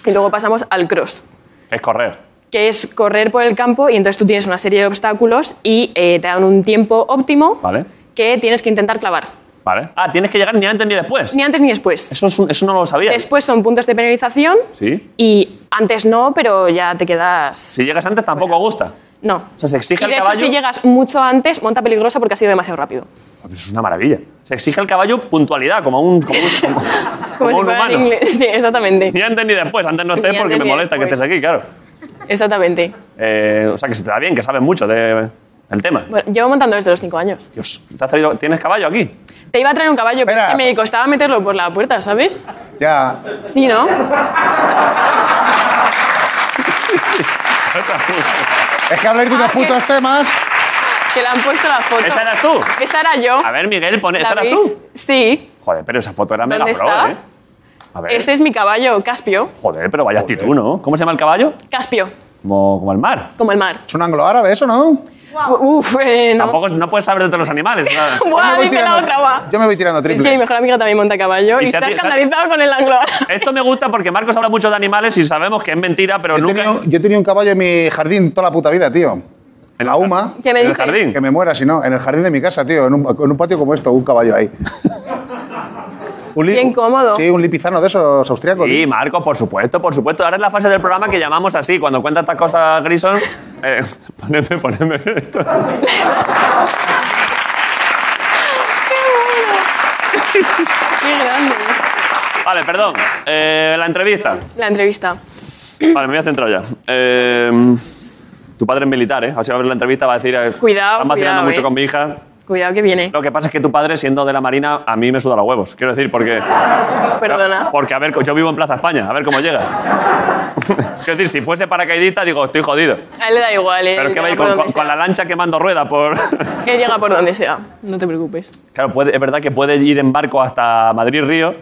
[SPEAKER 10] y luego pasamos al cross.
[SPEAKER 2] Es correr.
[SPEAKER 10] que es correr por el campo y entonces tú tienes una serie de obstáculos y eh, te dan un tiempo óptimo
[SPEAKER 2] Vale.
[SPEAKER 10] que tienes que intentar clavar.
[SPEAKER 2] Vale. Ah, tienes que llegar ni antes ni después.
[SPEAKER 10] Ni antes ni después.
[SPEAKER 2] Eso, es un- eso no lo sabía.
[SPEAKER 10] Después son puntos de penalización
[SPEAKER 2] Sí.
[SPEAKER 10] y antes no, pero ya te quedas...
[SPEAKER 2] Si llegas antes tampoco gusta.
[SPEAKER 10] No.
[SPEAKER 2] O sea, se exige
[SPEAKER 10] y de
[SPEAKER 2] al
[SPEAKER 10] hecho,
[SPEAKER 2] caballo.
[SPEAKER 10] si llegas mucho antes, monta peligrosa porque ha sido demasiado rápido.
[SPEAKER 2] Pues Eso es una maravilla. Se exige al caballo puntualidad, como un, como un, como- como
[SPEAKER 10] si
[SPEAKER 2] un
[SPEAKER 10] fuera Pues en
[SPEAKER 2] humano.
[SPEAKER 10] inglés. Sí, exactamente.
[SPEAKER 2] Ni antes ni después. Antes no estés
[SPEAKER 10] Ni
[SPEAKER 2] porque
[SPEAKER 10] antes
[SPEAKER 2] me
[SPEAKER 10] ni
[SPEAKER 2] molesta que
[SPEAKER 10] después.
[SPEAKER 2] estés aquí, claro.
[SPEAKER 10] Exactamente.
[SPEAKER 2] Eh, o sea, que se te da bien, que sabes mucho de- del tema.
[SPEAKER 10] Bueno, llevo montando desde los 5 años.
[SPEAKER 2] Dios, ¿te has traído- ¿tienes caballo aquí?
[SPEAKER 10] Te iba a traer un caballo, pero es
[SPEAKER 2] Espera.
[SPEAKER 10] que me costaba meterlo por la puerta, ¿sabes?
[SPEAKER 3] Ya.
[SPEAKER 10] Sí, ¿no?
[SPEAKER 3] Es que habláis de unos putos temas.
[SPEAKER 10] Que le han puesto la foto.
[SPEAKER 2] ¿Esa eras tú?
[SPEAKER 10] Esa era yo.
[SPEAKER 2] A ver, Miguel, pone,
[SPEAKER 10] ¿La
[SPEAKER 2] ¿esa eras
[SPEAKER 10] veis?
[SPEAKER 2] tú?
[SPEAKER 10] Sí.
[SPEAKER 2] Joder, pero esa foto era mega
[SPEAKER 10] ¿Dónde
[SPEAKER 2] pro,
[SPEAKER 10] está?
[SPEAKER 2] ¿eh? A ver.
[SPEAKER 10] Ese es mi caballo, Caspio.
[SPEAKER 2] Joder, pero vaya actitud, ¿no? ¿Cómo se llama el caballo?
[SPEAKER 10] Caspio,
[SPEAKER 2] Como, como el mar.
[SPEAKER 10] como el mar.
[SPEAKER 3] Es un anglo-árabe, eso, ¿no?
[SPEAKER 10] Uf, eh, no.
[SPEAKER 2] Tampoco no puedes saber de los animales. ¿sabes?
[SPEAKER 10] Buah,
[SPEAKER 3] voy
[SPEAKER 10] dime la
[SPEAKER 3] tirando-
[SPEAKER 10] otra, va.
[SPEAKER 3] Yo me voy tirando
[SPEAKER 10] Es que mi
[SPEAKER 3] triple.
[SPEAKER 10] mejor amiga también monta caballo
[SPEAKER 2] Y
[SPEAKER 10] y,
[SPEAKER 2] se ha
[SPEAKER 10] está
[SPEAKER 2] ti- se ha-
[SPEAKER 10] escandalizado con el anglo.
[SPEAKER 2] Esto me gusta porque Marcos habla mucho de animales y sabemos que es mentira, pero
[SPEAKER 3] Yo
[SPEAKER 2] nunca.
[SPEAKER 3] tenía, yo tenía un caballo en mi jardín toda la puta vida, tío. En la UMA.
[SPEAKER 10] ¿Qué me
[SPEAKER 2] ¿En el
[SPEAKER 10] dices?
[SPEAKER 2] jardín?
[SPEAKER 3] Que me muera, si no. En el jardín de mi casa, tío. En un, en un patio como esto, un caballo ahí. Un li-
[SPEAKER 10] Bien cómodo.
[SPEAKER 3] Sí, un lipizano de esos austriacos.
[SPEAKER 2] Sí, Marcos, por supuesto, por supuesto. Ahora es la fase del programa que llamamos así. Cuando cuenta estas cosas, Grison. Eh, poneme, poneme esto.
[SPEAKER 10] Qué grande.
[SPEAKER 2] Vale, perdón. Eh, la entrevista.
[SPEAKER 10] La entrevista.
[SPEAKER 2] Vale, me voy a centrar ya. Eh, tu padre es militar, ¿eh? O sea, va a ver la entrevista, va a decir. eh,
[SPEAKER 10] Cuidado,
[SPEAKER 2] Están vacilando
[SPEAKER 10] cuidado,
[SPEAKER 2] mucho
[SPEAKER 10] eh.
[SPEAKER 2] con mi hija.
[SPEAKER 10] Cuidado que viene.
[SPEAKER 2] Lo que pasa es que tu padre, siendo de la Marina, a mí me suda los huevos. Quiero decir, porque.
[SPEAKER 10] Perdona.
[SPEAKER 2] Porque, a ver, yo vivo en Plaza España, a ver cómo llega. Quiero decir, si fuese paracaidista, digo, estoy jodido.
[SPEAKER 10] A él le da igual, eh.
[SPEAKER 2] Pero
[SPEAKER 10] él
[SPEAKER 2] ¿qué va a ir
[SPEAKER 10] llega por
[SPEAKER 2] con,
[SPEAKER 10] donde
[SPEAKER 2] con-
[SPEAKER 10] sea.
[SPEAKER 2] con la lancha quemando rueda por.
[SPEAKER 10] Él llega por donde sea. No te preocupes.
[SPEAKER 2] claro, puede- es verdad que puede ir en barco hasta Madrid-Río,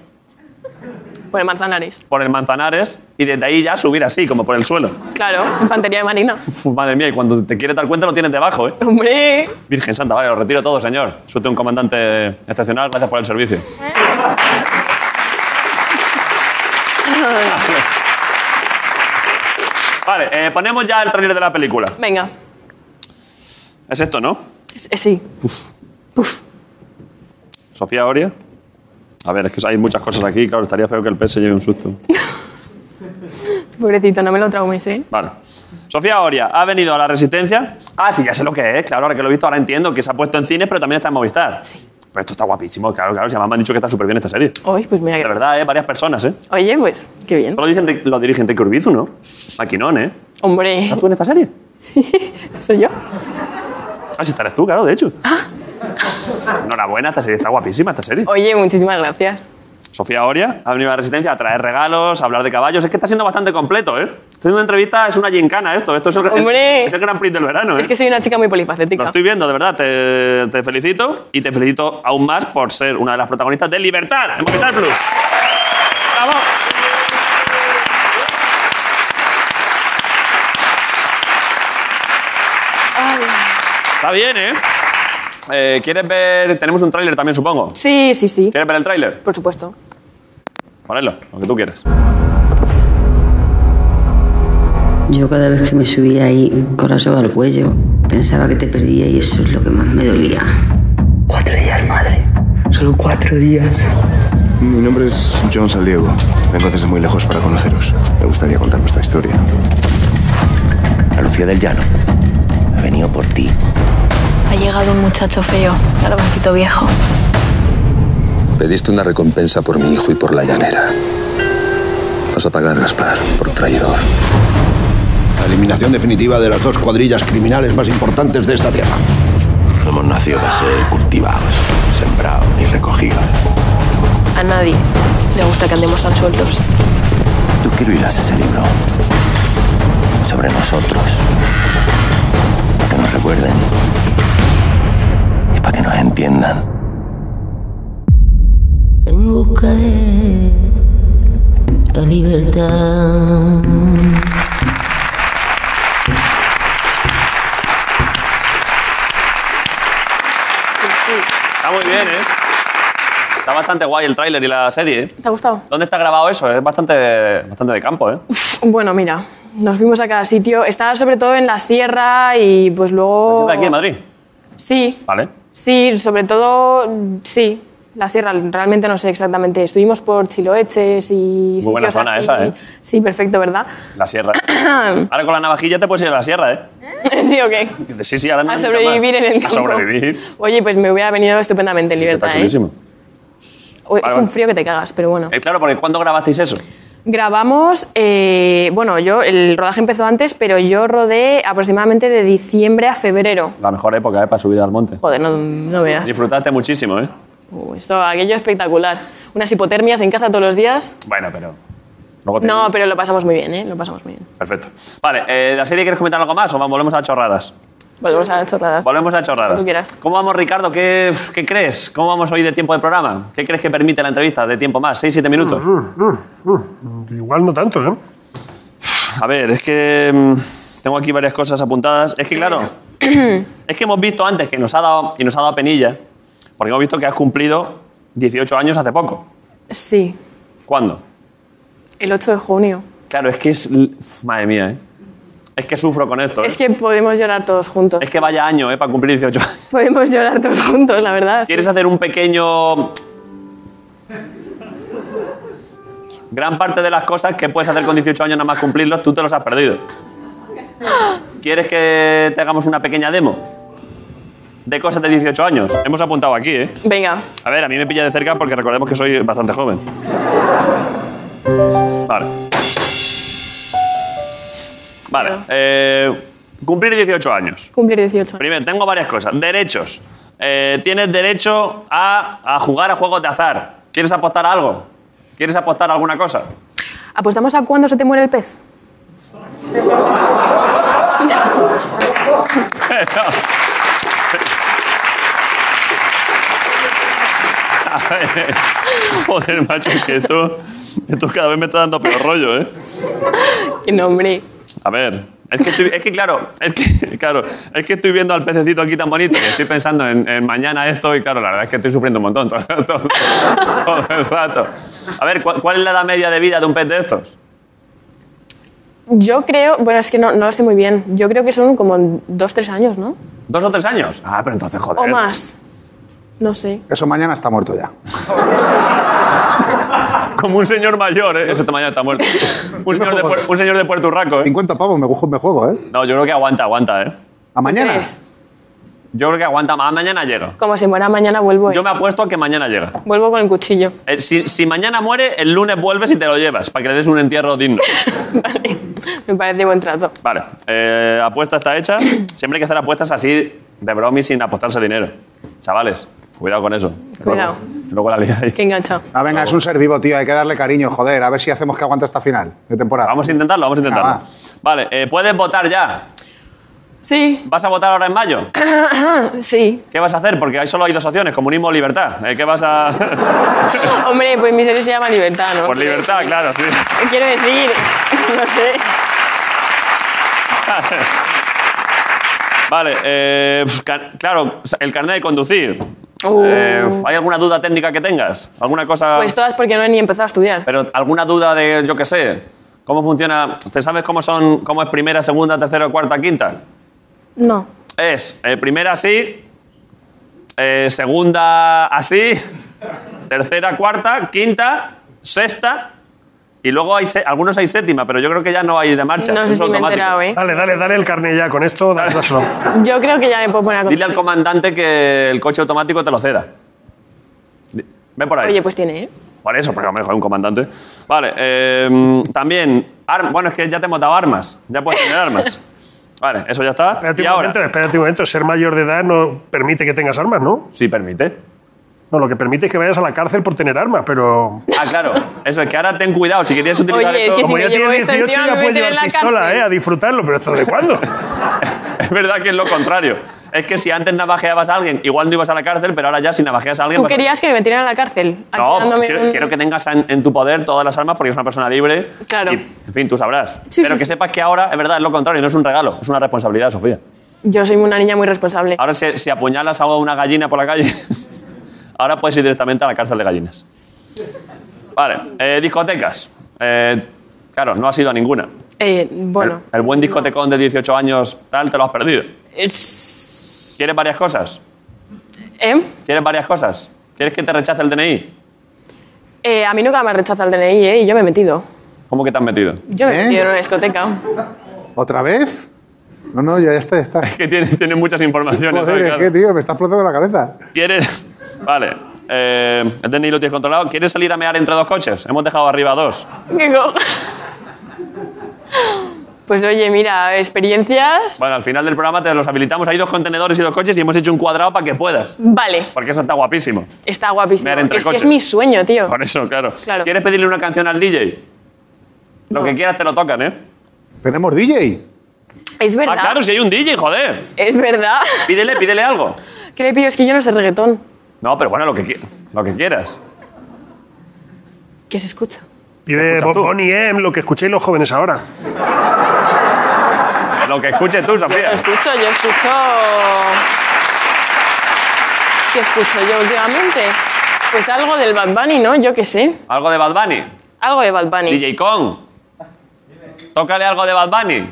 [SPEAKER 10] Por el Manzanares.
[SPEAKER 2] por el Manzanares, y desde ahí ya subir así, como por el suelo.
[SPEAKER 10] Claro, infantería de marina.
[SPEAKER 2] Uf, madre mía, y cuando te quiere dar cuenta lo tienes debajo, ¿eh?
[SPEAKER 10] Hombre.
[SPEAKER 2] Virgen Santa, vale, lo retiro todo, señor. Suerte un comandante excepcional, gracias por el servicio. Vale, eh, ponemos ya el tráiler de la película.
[SPEAKER 10] Venga.
[SPEAKER 2] Es esto, ¿no?
[SPEAKER 10] Es- es- Eh, Sí.
[SPEAKER 2] Sofía Oria. A ver, es que hay muchas cosas aquí, claro, estaría feo que el pez se lleve un susto.
[SPEAKER 10] Pobrecito, no me lo traumes, eh.
[SPEAKER 2] Vale. Sofía Oria ha venido a la Resistencia. Ah, sí, ya sé lo que es, claro, ahora que lo he visto, ahora entiendo que se ha puesto en cines, pero también está en Movistar. Sí. Pero esto está guapísimo, claro, claro, si además me han dicho que está súper bien esta serie.
[SPEAKER 10] Hoy, pues mira
[SPEAKER 2] De
[SPEAKER 10] que.
[SPEAKER 2] verdad, ¿eh? Varias personas, ¿eh?
[SPEAKER 10] Oye, pues, qué bien.
[SPEAKER 2] Esto Lo, dicen, lo dirige Enrique Urbizu, ¿no? Maquinón, ¿eh?
[SPEAKER 10] Hombre.
[SPEAKER 2] ¿Estás tú en esta serie?
[SPEAKER 10] Sí, soy yo.
[SPEAKER 2] Ah, sí, estarás tú, claro, de hecho. Enhorabuena, esta serie está guapísima, esta serie.
[SPEAKER 10] Oye, muchísimas gracias.
[SPEAKER 2] ¿Eh? Sofía Oria ha venido a la Resistencia a traer regalos, a hablar de caballos. Es que está siendo bastante completo, ¿eh? Está haciendo una entrevista, es una gincana esto. Esto es el,
[SPEAKER 10] Hombre.
[SPEAKER 2] es, es el Gran Prix del verano, ¿eh?
[SPEAKER 10] Es que soy una chica muy
[SPEAKER 2] Lo
[SPEAKER 10] polifacética.
[SPEAKER 2] estoy viendo, de verdad. Te, te felicito y te felicito aún más por ser una de las protagonistas de Libertad en Movistar Plus. ¡Bravo! Está bien, ¿eh? Eh, ¿Quieres ver...? Tenemos un tráiler también, supongo.
[SPEAKER 10] Sí, sí, sí.
[SPEAKER 2] ¿Quieres ver el tráiler?
[SPEAKER 10] Por supuesto.
[SPEAKER 2] Ponedlo, lo que tú quieras.
[SPEAKER 13] Yo cada vez que me subía ahí, corazón al cuello, pensaba que te perdía y eso es lo que más me dolía.
[SPEAKER 14] Cuatro días, madre. Solo cuatro días. Mi nombre es John Saldiego. Vengo desde muy lejos para conoceros. Me gustaría contar vuestra historia. La Lucía del Llano ha venido por ti.
[SPEAKER 15] Ha llegado un muchacho feo, garbancito viejo.
[SPEAKER 14] Pediste una recompensa por mi hijo y por la llanera. Vas a pagar, Gaspar, por traidor.
[SPEAKER 16] La eliminación definitiva de las dos cuadrillas criminales más importantes de esta tierra.
[SPEAKER 14] No hemos nacido para ser cultivados, sembrados ni recogidos.
[SPEAKER 15] A nadie le gusta que andemos tan sueltos.
[SPEAKER 14] Tú escribirás ese libro sobre nosotros, para que nos recuerden y para que nos entiendan.
[SPEAKER 17] en busca de la libertad.
[SPEAKER 2] Está muy bien, ¿eh? Está bastante guay el tráiler y la serie, ¿eh?
[SPEAKER 10] ¿Te ha gustado?
[SPEAKER 2] ¿Dónde está grabado eso? Es bastante, bastante de campo, ¿eh?
[SPEAKER 10] Bueno, mira, nos fuimos a cada sitio. Estaba sobre todo en la sierra y pues luego...
[SPEAKER 2] ¿Siempre aquí en Madrid?
[SPEAKER 10] Sí,
[SPEAKER 2] Vale.
[SPEAKER 10] sí, sobre todo, mm, sí. La sierra, realmente no sé exactamente. Estuvimos por Chiloeches y...
[SPEAKER 2] Muy buena
[SPEAKER 10] sitios
[SPEAKER 2] zona
[SPEAKER 10] así.
[SPEAKER 2] esa, ¿eh?
[SPEAKER 10] Sí, perfecto, ¿verdad?
[SPEAKER 2] La sierra. Ahora con la navajilla te puedes ir a la sierra, ¿eh?
[SPEAKER 10] sí, ok.
[SPEAKER 2] Dices, Sí, sí, ahora no
[SPEAKER 10] A
[SPEAKER 2] necesitas más.
[SPEAKER 10] sobrevivir en el
[SPEAKER 2] A
[SPEAKER 10] campo.
[SPEAKER 2] sobrevivir.
[SPEAKER 10] Oye, pues me hubiera venido estupendamente en libertad,
[SPEAKER 2] Está
[SPEAKER 10] ¿eh?
[SPEAKER 2] chulísimo.
[SPEAKER 10] O-
[SPEAKER 2] Vale,
[SPEAKER 10] hace
[SPEAKER 2] vale.
[SPEAKER 10] un frío que te cagas, pero bueno.
[SPEAKER 2] Eh, claro, porque ¿cuándo grabasteis eso?
[SPEAKER 10] Grabamos, eh, bueno, yo, el rodaje empezó antes, pero yo rodé aproximadamente de diciembre a febrero.
[SPEAKER 2] La mejor época, ¿eh? Para subir al monte.
[SPEAKER 10] Joder, no, no veas.
[SPEAKER 2] Disfrutaste muchísimo, ¿eh?
[SPEAKER 10] Uh, Esto, aquello espectacular. Unas hipotermias en casa todos los días.
[SPEAKER 2] Bueno, pero... Luego te-
[SPEAKER 10] No, pero lo pasamos muy bien, ¿eh? Lo pasamos muy bien.
[SPEAKER 2] Perfecto. Vale, eh, ¿la serie quieres comentar algo más o vamos, volvemos a chorradas?
[SPEAKER 10] Volvemos a las chorradas.
[SPEAKER 2] Volvemos a chorradas.
[SPEAKER 10] Como tú quieras.
[SPEAKER 2] ¿Cómo vamos, Ricardo? ¿Qué, ¿Qué crees? ¿Cómo vamos hoy de tiempo de programa? ¿Qué crees que permite la entrevista de tiempo más? ¿6, 7 minutos?
[SPEAKER 7] Igual no tanto, ¿eh?
[SPEAKER 2] A ver, es que mm, tengo aquí varias cosas apuntadas. Es que, claro, es que hemos visto antes que nos ha dado, y nos ha dado penilla, porque hemos visto que has cumplido 18 años hace poco.
[SPEAKER 10] Sí,
[SPEAKER 2] ¿Cuándo?
[SPEAKER 10] el 8 de junio.
[SPEAKER 2] Claro, es que es... uf, Madre mía, ¿eh? Es que sufro con esto, ¿eh?
[SPEAKER 10] Es que podemos llorar todos juntos.
[SPEAKER 2] Es que vaya año, ¿eh? Para cumplir 18 años.
[SPEAKER 10] Podemos llorar todos juntos, la verdad.
[SPEAKER 2] ¿Quieres hacer un pequeño... Gran parte de las cosas que puedes hacer con 18 años nada más cumplirlos, tú te los has perdido. ¿Quieres que te hagamos una pequeña demo? De cosas de 18 años. Hemos apuntado aquí, ¿eh?
[SPEAKER 10] Venga,
[SPEAKER 2] A ver, a mí me pilla de cerca porque recordemos que soy bastante joven. Vale. Vale. eh, cumplir 18 años.
[SPEAKER 10] cumplir 18 años.
[SPEAKER 2] Primero, tengo varias cosas. Derechos. Eh, tienes derecho a, a jugar a juegos de azar. ¿Quieres apostar a algo? ¿Quieres apostar a alguna cosa?
[SPEAKER 10] ¿Apostamos a cuándo se te muere el pez?
[SPEAKER 2] A ver. Joder, macho, es que esto, esto cada vez me está dando peor rollo, ¿eh?
[SPEAKER 10] Qué nombre.
[SPEAKER 2] A ver. Es que, estoy- es que, claro, es que, claro, es que estoy viendo al pececito aquí tan bonito que estoy pensando en, en mañana esto y claro, la verdad es que estoy sufriendo un montón todo, todo- todo el rato. A ver, ¿cuál, cuál es la edad media de vida de un pez de estos?
[SPEAKER 10] Yo creo, bueno, es que no, no lo sé muy bien. Yo creo que son como dos, tres años, ¿no?
[SPEAKER 2] ¿Dos o tres años? Ah, pero entonces,
[SPEAKER 10] O
[SPEAKER 2] joder.
[SPEAKER 10] más. No sé.
[SPEAKER 3] Eso mañana está muerto ya.
[SPEAKER 2] Como un señor mayor, ¿eh? Ese tamaño está muerto. Un señor, de, Puer- un señor de Puerto Urraco, ¿eh?
[SPEAKER 3] 50 pavos me juego, me juego, ¿eh?
[SPEAKER 2] No, yo creo que aguanta, aguanta, ¿eh?
[SPEAKER 3] ¿A mañana?
[SPEAKER 2] Yo creo que aguanta más. Mañana llega.
[SPEAKER 10] Como si muera mañana vuelvo. ¿eh?
[SPEAKER 2] Yo me apuesto a que mañana llega.
[SPEAKER 10] Vuelvo con el cuchillo.
[SPEAKER 2] Eh, si, si mañana muere, el lunes vuelves y te lo llevas para que le des un entierro digno.
[SPEAKER 10] Vale. Me parece buen trato.
[SPEAKER 2] Vale, eh, apuesta está hecha. Siempre hay que hacer apuestas así de broma y sin apostarse dinero. Chavales, cuidado con eso.
[SPEAKER 10] Cuidado.
[SPEAKER 2] Luego, luego la liáis.
[SPEAKER 10] Qué enganchado.
[SPEAKER 3] Ah, venga, es un ser vivo, tío. Hay que darle cariño, joder. A ver si hacemos que aguante esta final de temporada.
[SPEAKER 2] Vamos a intentarlo, vamos a intentarlo. Vale, eh, puedes votar ya.
[SPEAKER 10] Sí.
[SPEAKER 2] ¿Vas a votar ahora en mayo?
[SPEAKER 10] sí.
[SPEAKER 2] ¿Qué vas a hacer? Porque ahí solo hay dos opciones, comunismo o libertad. Eh, ¿Qué vas a...?
[SPEAKER 10] Hombre, pues mi serie se llama Libertad, ¿no?
[SPEAKER 2] Por libertad, claro, sí.
[SPEAKER 10] Quiero decir, no sé.
[SPEAKER 2] Vale, eh, pf, ca- claro, el carnet de conducir. Eh, ¿Hay alguna duda técnica que tengas? ¿Alguna cosa...?
[SPEAKER 10] Uh. Pues todas porque no he ni empezado a estudiar.
[SPEAKER 2] Pero alguna duda de, yo qué sé, cómo funciona. ¿Te sabes cómo son, cómo es primera, segunda, tercera, cuarta, quinta?
[SPEAKER 10] No.
[SPEAKER 2] Es eh, primera así, eh, segunda así, tercera, cuarta, quinta, sexta. Y luego hay se- algunos hay séptima, pero yo creo que ya no hay de marcha.
[SPEAKER 10] No sé
[SPEAKER 2] es
[SPEAKER 10] si me he
[SPEAKER 2] automático.
[SPEAKER 10] enterado, ¿eh?
[SPEAKER 7] Dale, dale, dale el carnet ya. Con esto, dale, dáselo.
[SPEAKER 10] Yo creo que ya me puedo poner a
[SPEAKER 2] Dile al comandante que el coche automático te lo ceda. Di- Ven por ahí.
[SPEAKER 10] Oye, pues tiene, ¿eh?
[SPEAKER 2] Por eso, porque a lo mejor es un comandante. Vale, eh, también. arm- bueno, es que ya te hemos dado armas. Ya puedes tener armas. Vale, eso ya está.
[SPEAKER 7] Espérate
[SPEAKER 2] y
[SPEAKER 7] un
[SPEAKER 2] ahora.
[SPEAKER 7] momento, espérate un momento. Ser mayor de edad no permite que tengas armas, ¿no?
[SPEAKER 2] Sí, permite.
[SPEAKER 7] No, lo que permite es que vayas a la cárcel por tener armas, pero.
[SPEAKER 2] Ah, claro. Eso es que ahora ten cuidado. Si querías utilizar
[SPEAKER 10] Oye, es
[SPEAKER 2] esto.
[SPEAKER 10] que si
[SPEAKER 7] Como ya
[SPEAKER 10] llevo
[SPEAKER 7] tienes
[SPEAKER 10] esto
[SPEAKER 7] 18,
[SPEAKER 10] encima,
[SPEAKER 7] ya
[SPEAKER 10] me
[SPEAKER 7] puedes
[SPEAKER 10] meten en
[SPEAKER 7] llevar
[SPEAKER 10] la
[SPEAKER 7] pistola,
[SPEAKER 10] cárcel.
[SPEAKER 7] ¿eh? A disfrutarlo, pero ¿esto de cuándo?
[SPEAKER 2] Es verdad que es lo contrario. Es que si antes navajeabas a alguien, igual no ibas a la cárcel, pero ahora ya si navajeas a alguien.
[SPEAKER 10] Tú
[SPEAKER 2] vas a-
[SPEAKER 10] querías que me metieran a la cárcel.
[SPEAKER 2] No,
[SPEAKER 10] aquí dándome
[SPEAKER 2] quiero,
[SPEAKER 10] un-
[SPEAKER 2] quiero que tengas en, en tu poder todas las armas porque eres una persona libre.
[SPEAKER 10] Claro.
[SPEAKER 2] Y, en fin, tú sabrás.
[SPEAKER 10] Sí,
[SPEAKER 2] Pero
[SPEAKER 10] sí,
[SPEAKER 2] que
[SPEAKER 10] sí.
[SPEAKER 2] sepas que ahora, es verdad, es lo contrario, no es un regalo, es una responsabilidad, Sofía.
[SPEAKER 10] Yo soy una niña muy responsable.
[SPEAKER 2] Ahora, si, si apuñalas a una gallina por la calle, ahora puedes ir directamente a la cárcel de gallinas. Vale, eh, discotecas. Eh, claro, no has ido a ninguna.
[SPEAKER 10] Eh, bueno,
[SPEAKER 2] El, el buen discotecón de 18 años, tal, te lo has perdido.
[SPEAKER 10] es-
[SPEAKER 2] ¿Quieres varias cosas?
[SPEAKER 10] ¿eh?
[SPEAKER 2] ¿Quieres varias cosas? ¿Quieres que te rechace el DNI?
[SPEAKER 10] Eh, a mí nunca me ha rechazado el DNI, ¿eh? Y yo me he metido.
[SPEAKER 2] ¿Cómo que te has metido?
[SPEAKER 10] Yo me he
[SPEAKER 3] ¿Eh?
[SPEAKER 10] metido en una discoteca.
[SPEAKER 3] ¿Otra vez? No, no, ya está, ya está.
[SPEAKER 2] Que tienes tiene muchas informaciones.
[SPEAKER 3] Joder,
[SPEAKER 2] hoy,
[SPEAKER 3] es
[SPEAKER 2] claro.
[SPEAKER 3] que, tío, me está explotando la cabeza.
[SPEAKER 2] ¿Quieres...? Vale. eh, el DNI lo tienes controlado. ¿Quieres salir a mear entre dos coches? Hemos dejado arriba dos.
[SPEAKER 10] Digo- Pues oye, mira, experiencias.
[SPEAKER 2] Bueno, al final del programa te los habilitamos. Hay dos contenedores y dos coches y hemos hecho un cuadrado para que puedas.
[SPEAKER 10] Vale,
[SPEAKER 2] Porque eso está guapísimo.
[SPEAKER 10] está guapísimo.
[SPEAKER 2] Mear entre
[SPEAKER 10] Es que es
[SPEAKER 2] coches.
[SPEAKER 10] mi sueño, tío.
[SPEAKER 2] Con eso, claro.
[SPEAKER 10] Claro.
[SPEAKER 2] ¿Quieres pedirle una canción al DJ? Lo que quieras te lo tocan, ¿eh?
[SPEAKER 3] ¿Tenemos DJ?
[SPEAKER 10] Es verdad.
[SPEAKER 2] Ah, claro, si hay un DJ, joder.
[SPEAKER 10] Es verdad.
[SPEAKER 2] Pídele, pídele algo.
[SPEAKER 10] ¿Qué le pillo? Es que yo no sé reggaetón.
[SPEAKER 2] No, pero bueno, lo que, qui- lo que quieras.
[SPEAKER 10] ¿Qué se escucha?
[SPEAKER 7] Pide Bo- Bonnie M, eh, lo que escuchéis los jóvenes ahora.
[SPEAKER 2] Lo que escuches tú,
[SPEAKER 10] Yo
[SPEAKER 2] Sofía.
[SPEAKER 10] escucho, yo escucho. ¿Qué escucho yo últimamente? Pues algo del Bad Bunny, ¿no? Yo qué sé.
[SPEAKER 2] ¿Algo de Bad Bunny?
[SPEAKER 10] Algo de Bad Bunny.
[SPEAKER 2] DJ Kong. Tócale algo de Bad Bunny.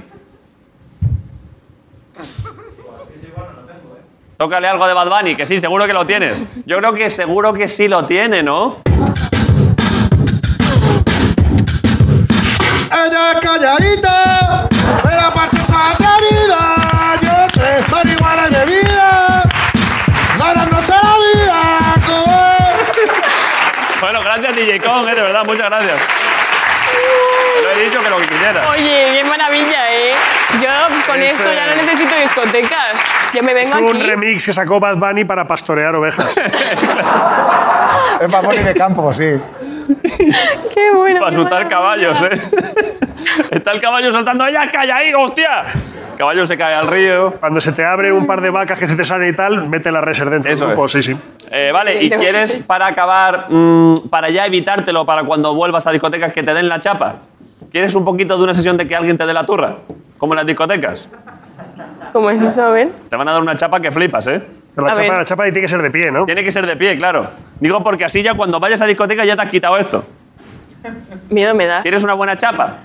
[SPEAKER 2] Tócale algo de Bad Bunny, que sí, seguro que lo tienes. Yo creo que seguro que sí lo tiene, ¿no?
[SPEAKER 9] Ella es calladita, pero pasa atrevida. Yo sé, marihuana y bebida, ganándose la vida. como-
[SPEAKER 2] Bueno, gracias DJ Kong, eh, de verdad, muchas gracias. Te lo he dicho que lo que quisieras.
[SPEAKER 10] Oye, qué maravilla, ¿eh? Yo con
[SPEAKER 7] Es,
[SPEAKER 10] esto ya
[SPEAKER 7] eh,
[SPEAKER 10] no necesito discotecas. Yo me
[SPEAKER 7] Es
[SPEAKER 10] vengo
[SPEAKER 7] un
[SPEAKER 10] aquí.
[SPEAKER 7] remix que sacó Bad Bunny para pastorear ovejas.
[SPEAKER 3] Es para Bonnie de campo, sí.
[SPEAKER 10] Qué bueno.
[SPEAKER 2] Para asustar caballos, ¿eh? Está el caballo saltando, ¡ya calla ahí, hostia! El caballo se cae al río.
[SPEAKER 7] Cuando se te abre un par de vacas que se te salen y tal, mete la reser dentro
[SPEAKER 2] Eso
[SPEAKER 7] del grupo.
[SPEAKER 2] es.
[SPEAKER 7] Sí, sí.
[SPEAKER 2] Eh, vale, ¿y
[SPEAKER 10] Te-
[SPEAKER 2] quieres para acabar, mm, para ya evitártelo para cuando vuelvas a discotecas que te den la chapa? ¿Quieres un poquito de una sesión de que alguien te dé la turra? Como en las discotecas.
[SPEAKER 10] ¿Cómo es eso? A ver.
[SPEAKER 2] Te van a dar una chapa que flipas, ¿eh?
[SPEAKER 7] Pero la
[SPEAKER 10] A
[SPEAKER 7] chapa,
[SPEAKER 10] ver.
[SPEAKER 7] la chapa ahí tiene que ser de pie, ¿no?
[SPEAKER 2] Tiene que ser de pie, claro. Digo porque así ya cuando vayas a discoteca ya te has quitado esto.
[SPEAKER 10] Miedo me da.
[SPEAKER 2] ¿Quieres una buena chapa?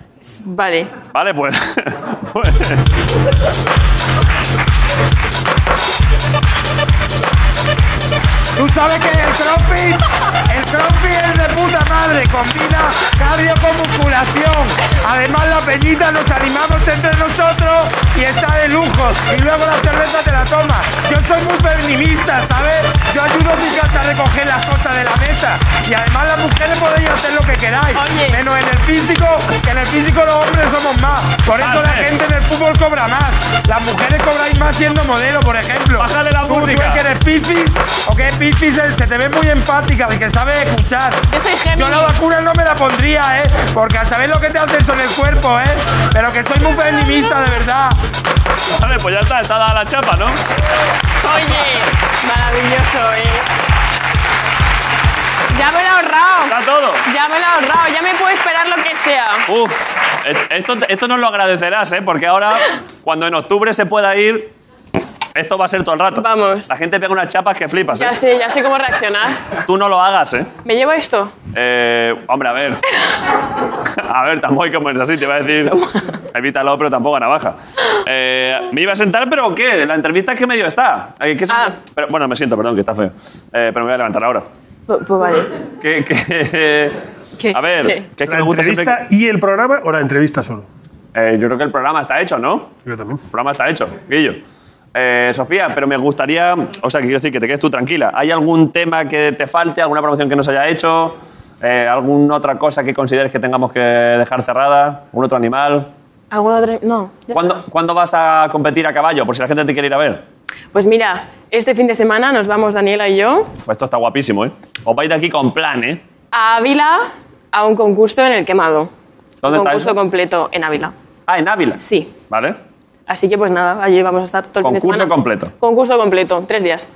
[SPEAKER 10] Vale.
[SPEAKER 2] Vale, pues. pues-
[SPEAKER 18] Tú sabes que el crossfit, el crossfit es de puta madre, combina cardio con musculación. Además la peñita nos animamos entre nosotros y está de lujo. Y luego la cerveza te la tomas. Yo soy muy feminista, ¿sabes? Yo ayudo a mi casa a recoger las cosas de la mesa. Y además las mujeres podéis hacer lo que queráis. Menos en el físico, que en el físico los hombres somos más. Por eso la gente en el fútbol cobra más. Las mujeres cobráis más siendo modelo, por ejemplo.
[SPEAKER 2] Bájale la
[SPEAKER 18] Tú- tú
[SPEAKER 2] música.
[SPEAKER 18] que eres pifis o que es pifis eh, se te ve muy empática de que sabe escuchar.
[SPEAKER 10] Yo soy Géminis.
[SPEAKER 18] la vacuna no me la pondría, ¿eh? Porque a saber lo que te haces en el cuerpo, ¿eh? Pero que soy muy feminista, de verdad.
[SPEAKER 2] Vale, pues ya está, está dada la chapa, ¿no?
[SPEAKER 10] Oye, maravilloso, ¿eh? Ya me lo he ahorrado.
[SPEAKER 2] Está todo.
[SPEAKER 10] Ya me lo he ahorrado. Ya me puedo esperar lo que sea.
[SPEAKER 2] Uf, es- esto, esto nos lo agradecerás, ¿eh? Porque ahora, cuando en octubre se pueda ir, esto va a ser todo el rato.
[SPEAKER 10] Vamos.
[SPEAKER 2] La gente pega unas chapas que flipas,
[SPEAKER 10] Ya
[SPEAKER 2] ¿eh?
[SPEAKER 10] sé, ya sé cómo reaccionar.
[SPEAKER 2] Tú no lo hagas, ¿eh?
[SPEAKER 10] ¿Me llevo esto?
[SPEAKER 2] Eh, hombre, a ver. A ver, tampoco hay que ponerse así, te iba a decir. Evítalo, pero tampoco a navaja. Eh, me iba a sentar, pero
[SPEAKER 10] Ah.
[SPEAKER 2] ¿qué? La entrevista es que medio está. Eh, ¿qué se- pero- bueno, me siento, perdón, que está feo. Eh, pero me voy a levantar ahora.
[SPEAKER 10] Pues, pues vale.
[SPEAKER 2] Que- que- A ver,
[SPEAKER 10] ¿Qué?
[SPEAKER 2] que es que
[SPEAKER 7] ¿La
[SPEAKER 2] me gusta siempre-
[SPEAKER 7] entrevista y el programa o la entrevista solo?
[SPEAKER 2] Eh, yo creo que el programa está hecho, ¿no?
[SPEAKER 7] Yo también.
[SPEAKER 2] El programa está hecho, Guillo. Eh, Sofía, pero me gustaría, o sea, que quiero decir que te quedes tú tranquila. ¿Hay algún tema que te falte, alguna promoción que no se haya hecho? Eh, ¿Alguna otra cosa que consideres que tengamos que dejar cerrada? ¿Un otro animal?
[SPEAKER 10] ¿Alguna otra? No. ya
[SPEAKER 2] ¿Cuándo, ¿Cuándo vas a competir a caballo? Por si la gente te quiere ir a ver.
[SPEAKER 10] está. Pues mira, este fin de semana nos vamos Daniela y yo
[SPEAKER 2] Pues esto está guapísimo, ¿eh? Os vais de aquí con plan, ¿eh?
[SPEAKER 10] a Ávila a un concurso en el quemado.
[SPEAKER 2] ¿Dónde
[SPEAKER 10] un
[SPEAKER 2] está
[SPEAKER 10] concurso
[SPEAKER 2] eso?
[SPEAKER 10] completo en Ávila.
[SPEAKER 2] Ah, en Ávila.
[SPEAKER 10] Sí.
[SPEAKER 2] ¿Vale?
[SPEAKER 10] Así que pues nada, allí vamos a estar todo el fin de
[SPEAKER 2] Concurso
[SPEAKER 10] semana.
[SPEAKER 2] completo.
[SPEAKER 10] Concurso completo, tres días.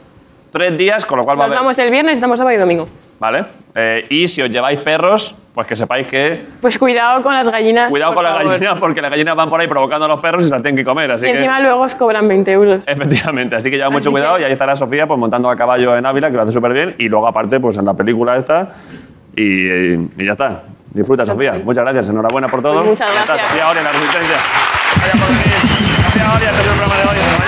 [SPEAKER 2] Tres días, con lo cual va a
[SPEAKER 10] Nos
[SPEAKER 2] haber...
[SPEAKER 10] vamos el viernes, estamos sábado y domingo.
[SPEAKER 2] ¿Vale? Eh, y si os lleváis perros, pues que sepáis que...
[SPEAKER 10] Pues cuidado con las gallinas.
[SPEAKER 2] Cuidado con
[SPEAKER 10] por
[SPEAKER 2] las
[SPEAKER 10] favor.
[SPEAKER 2] gallinas, porque las gallinas van por ahí provocando a los perros y se las tienen que comer. Así
[SPEAKER 10] Y
[SPEAKER 2] que... Eh.
[SPEAKER 10] encima luego os cobran 20 euros.
[SPEAKER 2] Efectivamente, así que lleva mucho
[SPEAKER 10] Así
[SPEAKER 2] cuidado
[SPEAKER 10] que-
[SPEAKER 2] y ahí estará Sofía pues, montando a caballo en Ávila, que lo hace súper bien, y luego aparte pues en la película esta, y, y ya está. Disfruta, Sofía. Muchas gracias, enhorabuena por todo.
[SPEAKER 10] Pues muchas
[SPEAKER 2] Ya está,
[SPEAKER 10] gracias.
[SPEAKER 2] Sofía Oria, La Resistencia. Gracias por venir. Sofía Oria, este es el programa de hoy.